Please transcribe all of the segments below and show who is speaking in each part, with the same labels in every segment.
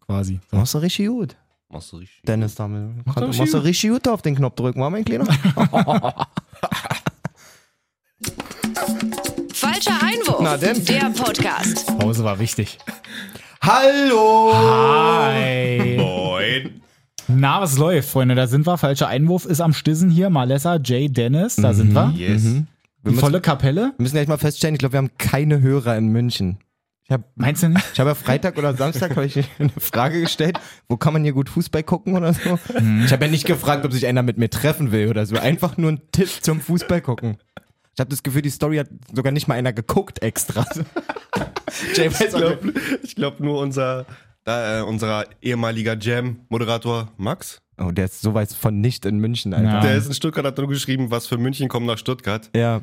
Speaker 1: quasi. So.
Speaker 2: Machst du richtig gut.
Speaker 3: Machst du richtig.
Speaker 2: Dennis damit.
Speaker 1: Machst du
Speaker 2: Kannst,
Speaker 1: richtig
Speaker 2: machst du
Speaker 1: gut.
Speaker 2: richtig gut auf den Knopf drücken, war mein Kleiner?
Speaker 4: Falscher Einwurf.
Speaker 2: Na denn.
Speaker 4: Der Podcast.
Speaker 1: Pause war wichtig.
Speaker 2: Hallo!
Speaker 1: Hi.
Speaker 3: Moin.
Speaker 1: Na, was läuft, Freunde? Da sind wir. Falscher Einwurf ist am Stissen hier. Malessa, Jay, Dennis, da sind
Speaker 2: Mhm.
Speaker 1: wir.
Speaker 3: Yes.
Speaker 1: Die volle Kapelle.
Speaker 2: Wir müssen gleich mal feststellen, ich glaube, wir haben keine Hörer in München. Ich habe
Speaker 1: Meinst du nicht?
Speaker 2: ich hab ja Freitag oder Samstag hab ich eine Frage gestellt, wo kann man hier gut Fußball gucken oder so. Ich habe ja nicht gefragt, ob sich einer mit mir treffen will oder so. Einfach nur ein Tipp zum Fußball gucken. Ich habe das Gefühl, die Story hat sogar nicht mal einer geguckt extra. Jay weiß
Speaker 3: Ich
Speaker 2: auch
Speaker 3: glaube glaub nur unser, da, äh, unser ehemaliger Jam-Moderator Max,
Speaker 2: nicht. Oh, der ist so weit von nicht in München, Alter.
Speaker 3: der ist in Stuttgart, hat nur geschrieben, was für München kommen nach Stuttgart.
Speaker 2: Ja.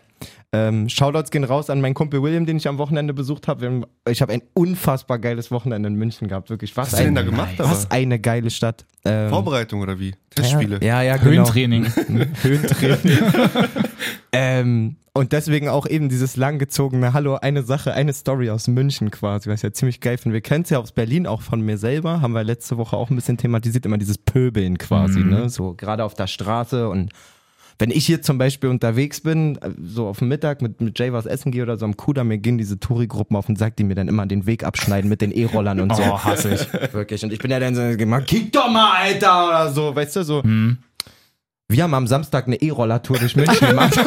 Speaker 2: Ähm, Shoutouts gehen raus an meinen Kumpel William, den ich am Wochenende besucht habe. Ich habe ein unfassbar geiles Wochenende in München gehabt, wirklich. Was,
Speaker 3: Was hast du
Speaker 2: ein,
Speaker 3: denn da gemacht?
Speaker 2: was
Speaker 3: aber?
Speaker 2: eine geile Stadt. Ähm,
Speaker 3: Vorbereitung oder wie? Testspiele?
Speaker 2: Ja, ja, genau.
Speaker 1: Höhentraining.
Speaker 2: Höhentraining. ähm, und deswegen auch eben dieses langgezogene Hallo, eine Sache, eine Story aus München quasi, was ich ja ziemlich geil finde. Wir kennen es ja aus Berlin auch von mir selber, haben wir letzte Woche auch ein bisschen thematisiert, immer dieses Pöbeln quasi,
Speaker 3: Mhm.
Speaker 2: ne? So gerade auf der Straße und wenn ich hier zum Beispiel unterwegs bin, äh, so auf dem Mittag mit, mit Jay was essen gehe oder so am Kuda, mir gehen diese Touri-Gruppen auf den Sack, die mir dann immer den Weg abschneiden mit den E-Rollern und so.
Speaker 1: Oh, hasse ich.
Speaker 2: Wirklich. Und ich bin ja dann so, man, kick doch mal, Alter, oder so, weißt du, so.
Speaker 1: Hm.
Speaker 2: Wir haben am Samstag eine E-Roller-Tour durch München gemacht.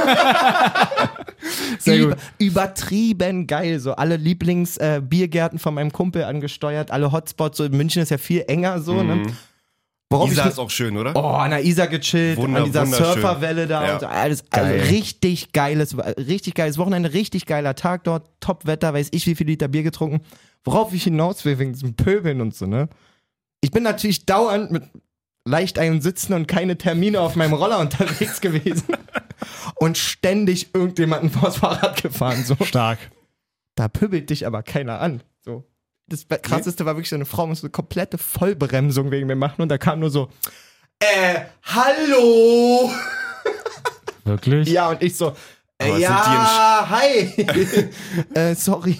Speaker 1: Sehr gut.
Speaker 2: Übertrieben geil. So alle Lieblingsbiergärten äh, Biergärten von meinem Kumpel angesteuert, alle Hotspots. So in München ist ja viel enger so. Ne?
Speaker 1: Mhm.
Speaker 2: Worauf
Speaker 3: Isa
Speaker 2: ich,
Speaker 3: ist auch schön, oder?
Speaker 2: Oh, an der Isar gechillt,
Speaker 3: Wunder-
Speaker 2: an dieser
Speaker 3: wunderschön.
Speaker 2: Surferwelle da
Speaker 3: Ja.
Speaker 2: und so. alles. Also
Speaker 1: Geil.
Speaker 2: richtig geiles, richtig geiles Wochenende, richtig geiler Tag dort, Top-Wetter, weiß ich wie viel Liter Bier getrunken. Worauf ich hinaus will, wegen diesem Pöbeln und so, ne? Ich bin natürlich dauernd mit leicht einem Sitzen und keine Termine auf meinem Roller unterwegs gewesen. Und ständig irgendjemanden vors Fahrrad gefahren, so.
Speaker 1: Stark.
Speaker 2: Da pöbelt dich aber keiner an, so. Das krasseste war wirklich, so eine Frau musste eine komplette Vollbremsung wegen mir machen und da kam nur so, äh, hallo!
Speaker 1: Wirklich?
Speaker 2: Ja, und ich so,
Speaker 3: Aber
Speaker 2: äh,
Speaker 3: sind
Speaker 2: ja, hi. äh, sorry.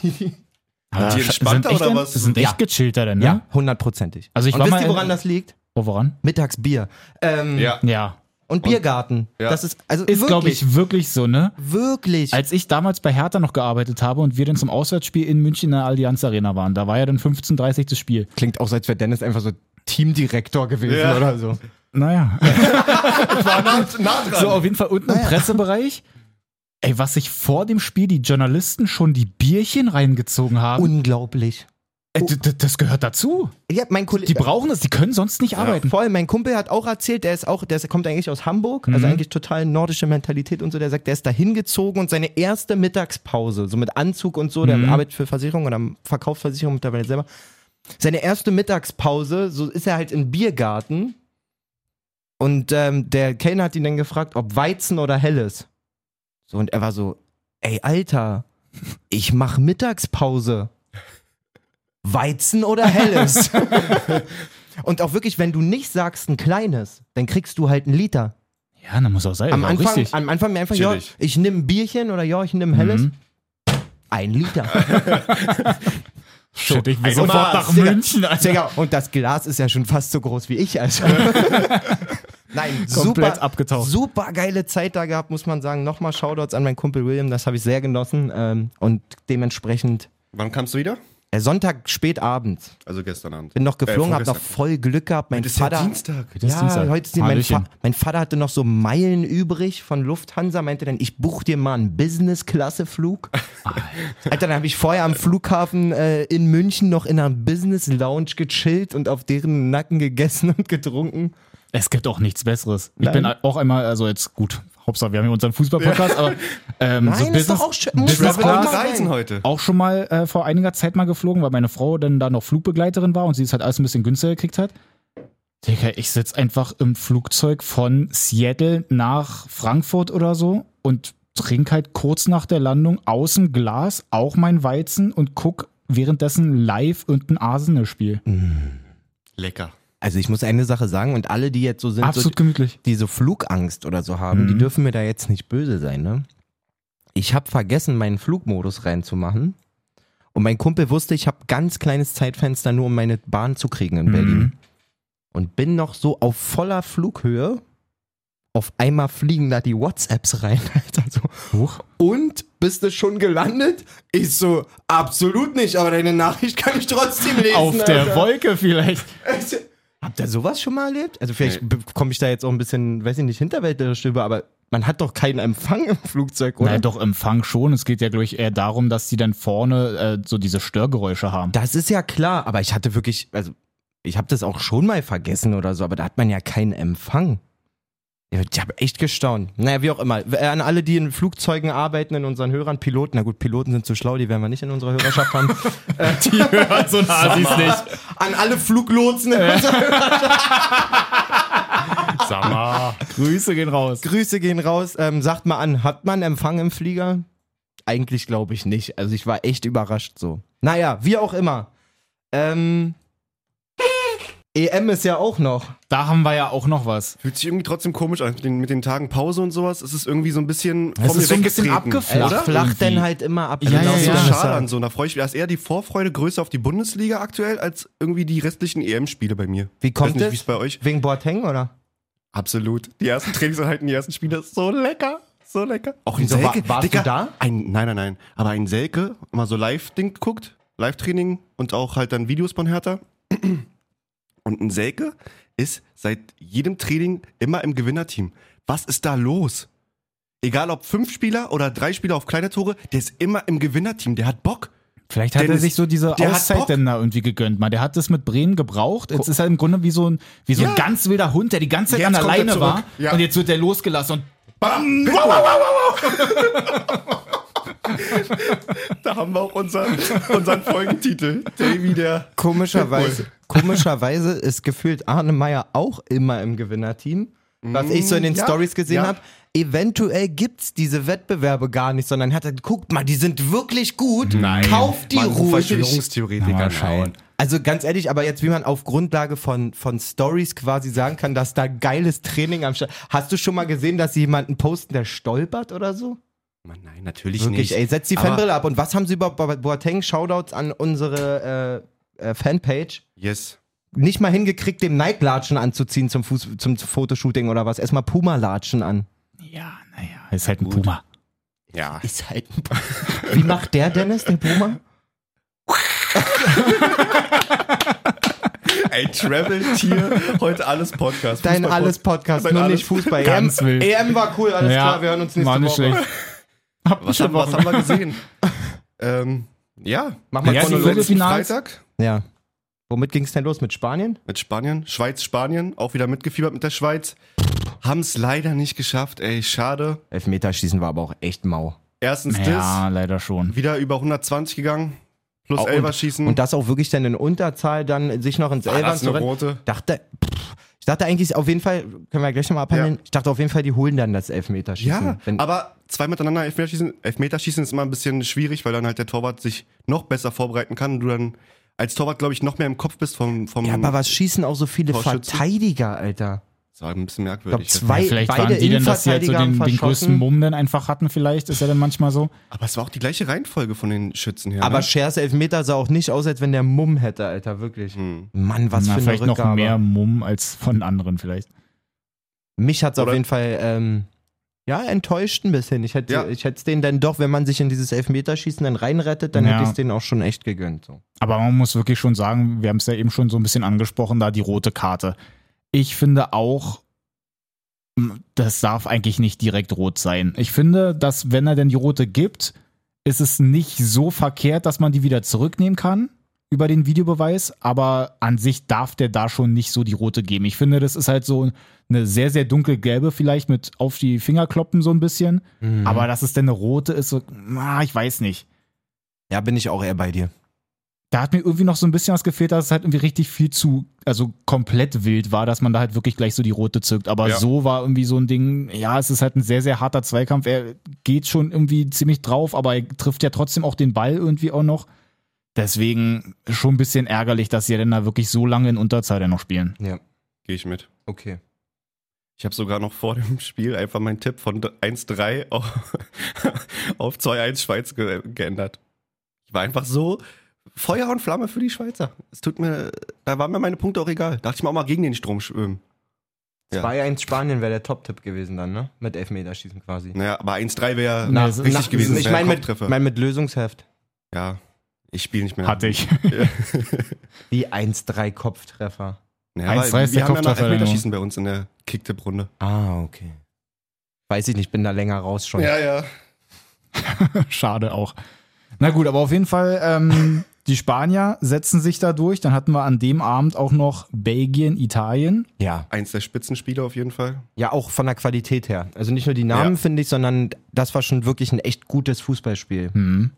Speaker 1: Aber
Speaker 3: die
Speaker 1: sch-
Speaker 3: entspannter
Speaker 1: sind echt
Speaker 3: oder
Speaker 1: ein-
Speaker 3: was?
Speaker 1: Sind echt
Speaker 2: Ja.
Speaker 1: gechillter denn, ne?
Speaker 2: Ja, hundertprozentig.
Speaker 1: Also ich
Speaker 2: und
Speaker 1: war
Speaker 2: wisst
Speaker 1: mal
Speaker 2: ihr,
Speaker 1: in-
Speaker 2: woran das liegt?
Speaker 1: Oh, woran?
Speaker 2: Mittagsbier. Ähm,
Speaker 3: Ja.
Speaker 1: Ja.
Speaker 2: Und Biergarten.
Speaker 3: Ja.
Speaker 2: Das ist, also
Speaker 1: Ist, glaube
Speaker 2: wirklich,
Speaker 1: ich, wirklich so, ne?
Speaker 2: wirklich.
Speaker 1: Als ich damals bei Hertha noch gearbeitet habe und wir dann zum Auswärtsspiel in München in der Allianz Arena waren, da war ja dann 15.30 das Spiel.
Speaker 2: Klingt auch so, als wäre Dennis einfach so Teamdirektor gewesen
Speaker 3: Ja.
Speaker 2: oder so.
Speaker 1: Naja.
Speaker 3: war nah, nah dran.
Speaker 1: So, auf jeden Fall unten im Pressebereich. Ey, was sich vor dem Spiel die Journalisten schon die Bierchen reingezogen haben,
Speaker 2: Unglaublich.
Speaker 1: ey, d- d- das gehört dazu.
Speaker 2: Ja, mein Kollege.
Speaker 1: Die brauchen das, die können sonst nicht arbeiten.
Speaker 2: Voll, mein Kumpel hat auch erzählt, der ist auch, der ist- kommt eigentlich aus Hamburg, also eigentlich total nordische Mentalität und so, der sagt, der ist da hingezogen und seine erste Mittagspause, so mit Anzug und so, der
Speaker 1: Mhm.
Speaker 2: arbeitet für Versicherung oder verkauft Versicherung mittlerweile selber. Seine erste Mittagspause, so ist er halt im Biergarten und ähm, der Kellner hat ihn dann gefragt, ob Weizen oder Helles. So, und er war so, ey, Alter, ich mach Mittagspause. Weizen oder Helles? Und auch wirklich, wenn du nicht sagst ein kleines, dann kriegst du halt einen Liter.
Speaker 1: Ja, dann muss auch sein.
Speaker 2: Am
Speaker 1: war
Speaker 2: Anfang,
Speaker 1: richtig.
Speaker 2: am Anfang mir einfach, ja,
Speaker 3: Chillig.
Speaker 2: ich nehme ein Bierchen oder ja, ich nehme Helles.
Speaker 1: Mhm.
Speaker 2: Ein Liter.
Speaker 1: Shit, ich will
Speaker 3: Also
Speaker 1: sofort
Speaker 3: Maß,
Speaker 1: nach
Speaker 2: Digga.
Speaker 1: München. Alter.
Speaker 2: Digga, und das Glas ist ja schon fast so groß wie ich. Also. Nein,
Speaker 1: Komplett
Speaker 2: super,
Speaker 1: abgetaucht.
Speaker 2: super geile Zeit da gehabt, muss man sagen. Nochmal Shoutouts an meinen Kumpel William, das habe ich sehr genossen. Ähm, und dementsprechend
Speaker 3: Wann kamst du wieder?
Speaker 2: äh, Sonntag spät abends.
Speaker 3: Also gestern Abend.
Speaker 2: Bin noch geflogen, habe
Speaker 3: Äh, vorgestern.
Speaker 2: noch voll Glück gehabt. Mein
Speaker 3: Das ist
Speaker 2: Vater.
Speaker 3: ja Dienstag.
Speaker 1: Das ist
Speaker 2: ja,
Speaker 1: Dienstag.
Speaker 2: heute ist die, mein,
Speaker 1: Hallöchen.
Speaker 2: Fa mein Vater hatte noch so Meilen übrig von Lufthansa, meinte dann, ich buche dir mal einen Business-Klasse-Flug. Alter, dann habe ich vorher am Flughafen äh, in München noch in einer Business-Lounge gechillt und auf deren Nacken gegessen und getrunken.
Speaker 1: Es gibt auch nichts Besseres. Ich bin auch einmal, also jetzt gut, Hauptsache, wir haben ja unseren Fußball-Podcast, aber ähm, so
Speaker 2: ist
Speaker 1: Business,
Speaker 2: doch auch schön. Muss
Speaker 1: Business
Speaker 2: doch auch
Speaker 1: Class
Speaker 2: mal sein.
Speaker 3: Reisen heute.
Speaker 1: auch schon mal äh, vor einiger Zeit mal geflogen, weil meine Frau dann da noch Flugbegleiterin war und sie es halt alles ein bisschen günstiger gekriegt hat. Digga, ich sitze einfach im Flugzeug von Seattle nach Frankfurt oder so und trinke halt kurz nach der Landung aus dem Glas auch mein Weizen und guck währenddessen live irgendein Arsenal-Spiel. Mhm.
Speaker 3: Lecker.
Speaker 2: Also ich muss eine Sache sagen und alle, die jetzt so sind, so,
Speaker 1: Absolut gemütlich.
Speaker 2: die so Flugangst oder so haben,
Speaker 1: Mhm.
Speaker 2: die dürfen mir da jetzt nicht böse sein, ne? Ich habe vergessen, meinen Flugmodus reinzumachen. Und mein Kumpel wusste, ich habe ganz kleines Zeitfenster nur, um meine Bahn zu kriegen in
Speaker 1: Mhm.
Speaker 2: Berlin. Und bin noch so auf voller Flughöhe. Auf einmal fliegen da die WhatsApps rein, Alter. So,
Speaker 1: Huch.
Speaker 2: und bist du schon gelandet? Ich so, absolut nicht, aber deine Nachricht kann ich trotzdem lesen.
Speaker 1: Auf der
Speaker 2: Alter.
Speaker 1: Wolke vielleicht.
Speaker 2: Habt ihr sowas schon mal erlebt? Also vielleicht komme ich da jetzt auch ein bisschen, weiß ich nicht, hinterwäldlerisch drüber, aber man hat doch keinen Empfang im Flugzeug, oder?
Speaker 1: Na doch, Empfang schon. Es geht ja, glaube ich, eher darum, dass die dann vorne äh, so diese Störgeräusche haben.
Speaker 2: Das ist ja klar, aber ich hatte wirklich, also ich habe das auch schon mal vergessen oder so, aber da hat man ja keinen Empfang. Ja, Ich habe echt gestaunt. Naja, wie auch immer. Äh, An alle, die in Flugzeugen arbeiten, in unseren Hörern, Piloten, na gut, Piloten sind zu schlau, die werden wir nicht in unserer Hörerschaft haben.
Speaker 1: Die hören so Nazis nicht.
Speaker 2: An alle Fluglotsen in unserer
Speaker 1: Sag mal. Grüße gehen raus.
Speaker 2: Grüße gehen raus. Ähm, sagt mal an, hat man Empfang im Flieger? Eigentlich glaube ich nicht. Also ich war echt überrascht so. Naja, wie auch immer. Ähm, EM ist ja auch noch.
Speaker 1: Da haben wir ja auch noch was.
Speaker 3: Fühlt sich irgendwie trotzdem komisch an mit den, mit den Tagen Pause und sowas. Es ist irgendwie so ein bisschen
Speaker 1: Es ist so ein bisschen
Speaker 3: weggetreten,
Speaker 1: abgeflacht.
Speaker 3: oder?
Speaker 1: Flach
Speaker 2: flach
Speaker 1: irgendwie.
Speaker 2: denn halt immer ab.
Speaker 1: Ja,
Speaker 3: Genau,
Speaker 1: ja,
Speaker 3: so
Speaker 1: ja.
Speaker 3: schade an so. Da freue ich mich. Da ist eher die Vorfreude größer auf die Bundesliga aktuell als irgendwie die restlichen EM-Spiele bei mir.
Speaker 2: Wie kommt
Speaker 3: Weiß nicht,
Speaker 2: das?
Speaker 3: Wie es bei euch?
Speaker 2: Wegen Boateng, oder?
Speaker 3: Absolut. Die ersten Trainingseinheiten, die ersten Spiele, so lecker. So lecker. Auch
Speaker 2: Wieso, wa- warst du
Speaker 3: Digga,
Speaker 2: da?
Speaker 3: Ein, nein, nein, nein. Aber ein Selke, mal so Live-Ding geguckt, Live-Training und auch halt dann Videos von Hertha. Und ein Selke ist seit jedem Training immer im Gewinnerteam. Was ist da los? Egal ob fünf Spieler oder drei Spieler auf kleine Tore, der ist immer im Gewinnerteam. Der hat Bock.
Speaker 1: Vielleicht hat er
Speaker 3: Dennis,
Speaker 1: sich so diese
Speaker 3: der hat
Speaker 1: Auszeit
Speaker 3: Bock.
Speaker 1: denn da irgendwie gegönnt. Man, der hat das mit Bremen gebraucht. Jetzt ist er im Grunde wie so ein, wie so ein
Speaker 3: Ja.
Speaker 1: ganz wilder Hund, der die ganze Zeit
Speaker 3: Jetzt
Speaker 1: an der
Speaker 3: kommt er
Speaker 1: Leine
Speaker 3: zurück.
Speaker 1: war.
Speaker 3: Ja.
Speaker 1: Und jetzt wird er losgelassen. Und
Speaker 3: Bam! Wow, wow, wow, wow. da haben wir auch unser, unseren Folgentitel. Davy, der.
Speaker 2: Komischerweise, komischerweise ist gefühlt Arne Meyer auch immer im Gewinnerteam. Was ich so in den
Speaker 3: Mm, ja,
Speaker 2: Stories gesehen
Speaker 3: ja.
Speaker 2: habe. Eventuell gibt's diese Wettbewerbe gar nicht, sondern hat er, guckt mal, die sind wirklich gut. Kauft die ruhig.
Speaker 3: Verschwörungstheoretiker.
Speaker 1: Na, mal schauen.
Speaker 2: Also ganz ehrlich, aber jetzt, wie man auf Grundlage von, von Stories quasi sagen kann, dass da geiles Training am Start. Hast du schon mal gesehen, dass sie jemanden posten, der stolpert oder so?
Speaker 3: Mann, nein, natürlich
Speaker 2: Wirklich,
Speaker 3: nicht.
Speaker 2: ey, setz die
Speaker 3: Aber-
Speaker 2: Fanbrille ab. Und was haben sie überhaupt bei Boateng? Shoutouts an unsere äh, äh, Fanpage.
Speaker 3: Yes.
Speaker 2: Nicht mal hingekriegt, dem Nike-Latschen anzuziehen zum, Fuß, zum Fotoshooting oder was. Erstmal Puma-Latschen an.
Speaker 1: ja, naja, ist halt ein Puma.
Speaker 3: Ja.
Speaker 2: Ist halt ein Puma. Wie macht der Dennis, der Puma?
Speaker 3: Ey, Travel, Tier, heute alles Podcast.
Speaker 2: Dein
Speaker 3: Fußball-
Speaker 2: alles Podcast,
Speaker 3: Dein
Speaker 2: nur
Speaker 3: alles-
Speaker 2: nicht Fußball.
Speaker 1: Ganz
Speaker 2: EM,
Speaker 1: wild.
Speaker 2: EM war cool, alles klar, wir hören uns nächste
Speaker 1: war nicht
Speaker 2: Woche.
Speaker 1: Schlecht. Hab
Speaker 3: Was haben, was haben wir gesehen? ähm, ja.
Speaker 2: Mach mal
Speaker 1: Ja,
Speaker 2: Chronologie.
Speaker 1: die Viertelfinals.
Speaker 3: Freitag
Speaker 2: Ja. Womit ging's denn los? Mit Spanien?
Speaker 3: mit Spanien. Schweiz, Spanien. Auch wieder mitgefiebert mit der Schweiz. Haben es leider nicht geschafft, ey, schade.
Speaker 2: Elfmeterschießen war aber auch echt mau.
Speaker 3: Erstens das.
Speaker 1: Ja, leider schon.
Speaker 3: Wieder über 120 gegangen. Plus
Speaker 2: Auch- und-
Speaker 3: Elfer schießen.
Speaker 2: Und das auch wirklich dann in Unterzahl dann sich noch ins
Speaker 3: Ah,
Speaker 2: Elfern
Speaker 3: Hm. das ist
Speaker 2: zu
Speaker 3: eine
Speaker 2: rennen.
Speaker 3: rote.
Speaker 2: Dachte, pff, ich dachte eigentlich auf jeden Fall, können wir gleich nochmal abhandeln, ich dachte auf jeden Fall, die holen dann das Elfmeterschießen.
Speaker 3: Ja,
Speaker 2: Wenn-
Speaker 3: aber zwei miteinander Elfmeterschießen, Elfmeterschießen ist immer ein bisschen schwierig, weil dann halt der Torwart sich noch besser vorbereiten kann und du dann als Torwart, glaube ich, noch mehr im Kopf bist vom, vom
Speaker 2: ja, aber was schießen auch so viele
Speaker 3: Ähm, Torschützen?
Speaker 2: Verteidiger, Alter?
Speaker 3: Das war ein bisschen
Speaker 2: Ich glaube,
Speaker 3: merkwürdig.
Speaker 2: zwei,
Speaker 1: vielleicht
Speaker 2: beide
Speaker 1: waren die denn, dass sie halt so
Speaker 2: Innenverteidiger
Speaker 1: den,
Speaker 2: haben
Speaker 1: den größten
Speaker 2: verschossen.
Speaker 1: Mumm dann einfach hatten, vielleicht. Ist ja dann manchmal so.
Speaker 3: aber es war auch die gleiche Reihenfolge von den Schützen her.
Speaker 2: Aber
Speaker 3: ne?
Speaker 2: Schers Elfmeter sah auch nicht aus, als wenn der Mumm hätte, Alter, wirklich.
Speaker 3: Hm.
Speaker 2: Mann, was
Speaker 1: Na,
Speaker 2: für
Speaker 1: vielleicht
Speaker 2: eine Rückgabe.
Speaker 1: noch mehr Mumm als von anderen vielleicht.
Speaker 2: Mich hat's auf
Speaker 3: Oder?
Speaker 2: jeden Fall ähm, ja, enttäuscht ein bisschen. Ich hätte
Speaker 3: Ja.
Speaker 2: ich hätt's denen dann doch, wenn man sich in dieses Elfmeterschießen dann reinrettet, dann
Speaker 1: Ja.
Speaker 2: hätte ich es denen auch schon echt gegönnt. So.
Speaker 1: Aber man muss wirklich schon sagen, wir haben es ja eben schon so ein bisschen angesprochen, da die rote Karte. Ich finde auch, m, das darf eigentlich nicht direkt rot sein. Ich finde, dass wenn er denn die rote gibt, ist es nicht so verkehrt, dass man die wieder zurücknehmen kann über den Videobeweis, aber an sich darf der da schon nicht so die rote geben. Ich finde, das ist halt so eine sehr, sehr dunkelgelbe vielleicht mit auf die Finger kloppen so ein bisschen,
Speaker 2: Mhm.
Speaker 1: aber dass es denn eine rote ist, so, ah, ich weiß nicht.
Speaker 2: Ja, bin ich auch eher bei dir.
Speaker 1: da hat mir irgendwie noch so ein bisschen was gefehlt, dass es halt irgendwie richtig viel zu, also komplett wild war, dass man da halt wirklich gleich so die rote zückt. Aber
Speaker 3: Ja.
Speaker 1: so war irgendwie so ein Ding, ja, es ist halt ein sehr, sehr harter Zweikampf. Er geht schon irgendwie ziemlich drauf, aber er trifft ja trotzdem auch den Ball irgendwie auch noch. Deswegen schon ein bisschen ärgerlich, dass sie ja dann da wirklich so lange in Unterzahl dann noch spielen.
Speaker 2: Ja,
Speaker 3: Gehe ich mit.
Speaker 2: okay.
Speaker 3: Ich habe sogar noch vor dem Spiel einfach meinen Tipp von 1-3 auf, auf 2-1 Schweiz ge geändert. Ich war einfach so Feuer und Flamme für die Schweizer. Es tut mir, da waren mir meine Punkte auch egal. Dachte ich mir auch mal gegen den Strom schwimmen. Ja.
Speaker 2: 2-1 Spanien wäre der Top-Tipp gewesen dann, ne? Mit Elfmeterschießen quasi.
Speaker 3: Naja, aber 1-3 wäre
Speaker 1: Na,
Speaker 3: Äh, richtig
Speaker 1: nach-
Speaker 3: gewesen.
Speaker 2: Ich
Speaker 3: wäre
Speaker 2: meine mit,
Speaker 3: Kopftreffer.
Speaker 2: mein mit Lösungsheft.
Speaker 3: ja, ich spiele nicht mehr.
Speaker 1: Hatte ich.
Speaker 2: Die 1-3-Kopftreffer.
Speaker 3: Ja, aber
Speaker 1: 1-3 ist
Speaker 3: wir
Speaker 1: der
Speaker 3: haben ja noch
Speaker 1: Kopftreffer,
Speaker 3: Elfmeterschießen bei uns in der Kicktipp-Runde.
Speaker 2: Ah, okay. Weiß ich nicht, bin da länger raus schon.
Speaker 3: ja.
Speaker 1: Schade auch. Na gut, aber auf jeden Fall, ähm, die Spanier setzen sich da durch. Dann hatten wir an dem Abend auch noch Belgien, Italien.
Speaker 2: ja.
Speaker 3: Eins der Spitzenspieler auf jeden Fall.
Speaker 2: Ja, auch von der Qualität her. Also nicht nur die Namen,
Speaker 3: Ja.
Speaker 2: finde ich, sondern das war schon wirklich ein echt gutes Fußballspiel.
Speaker 1: Hm.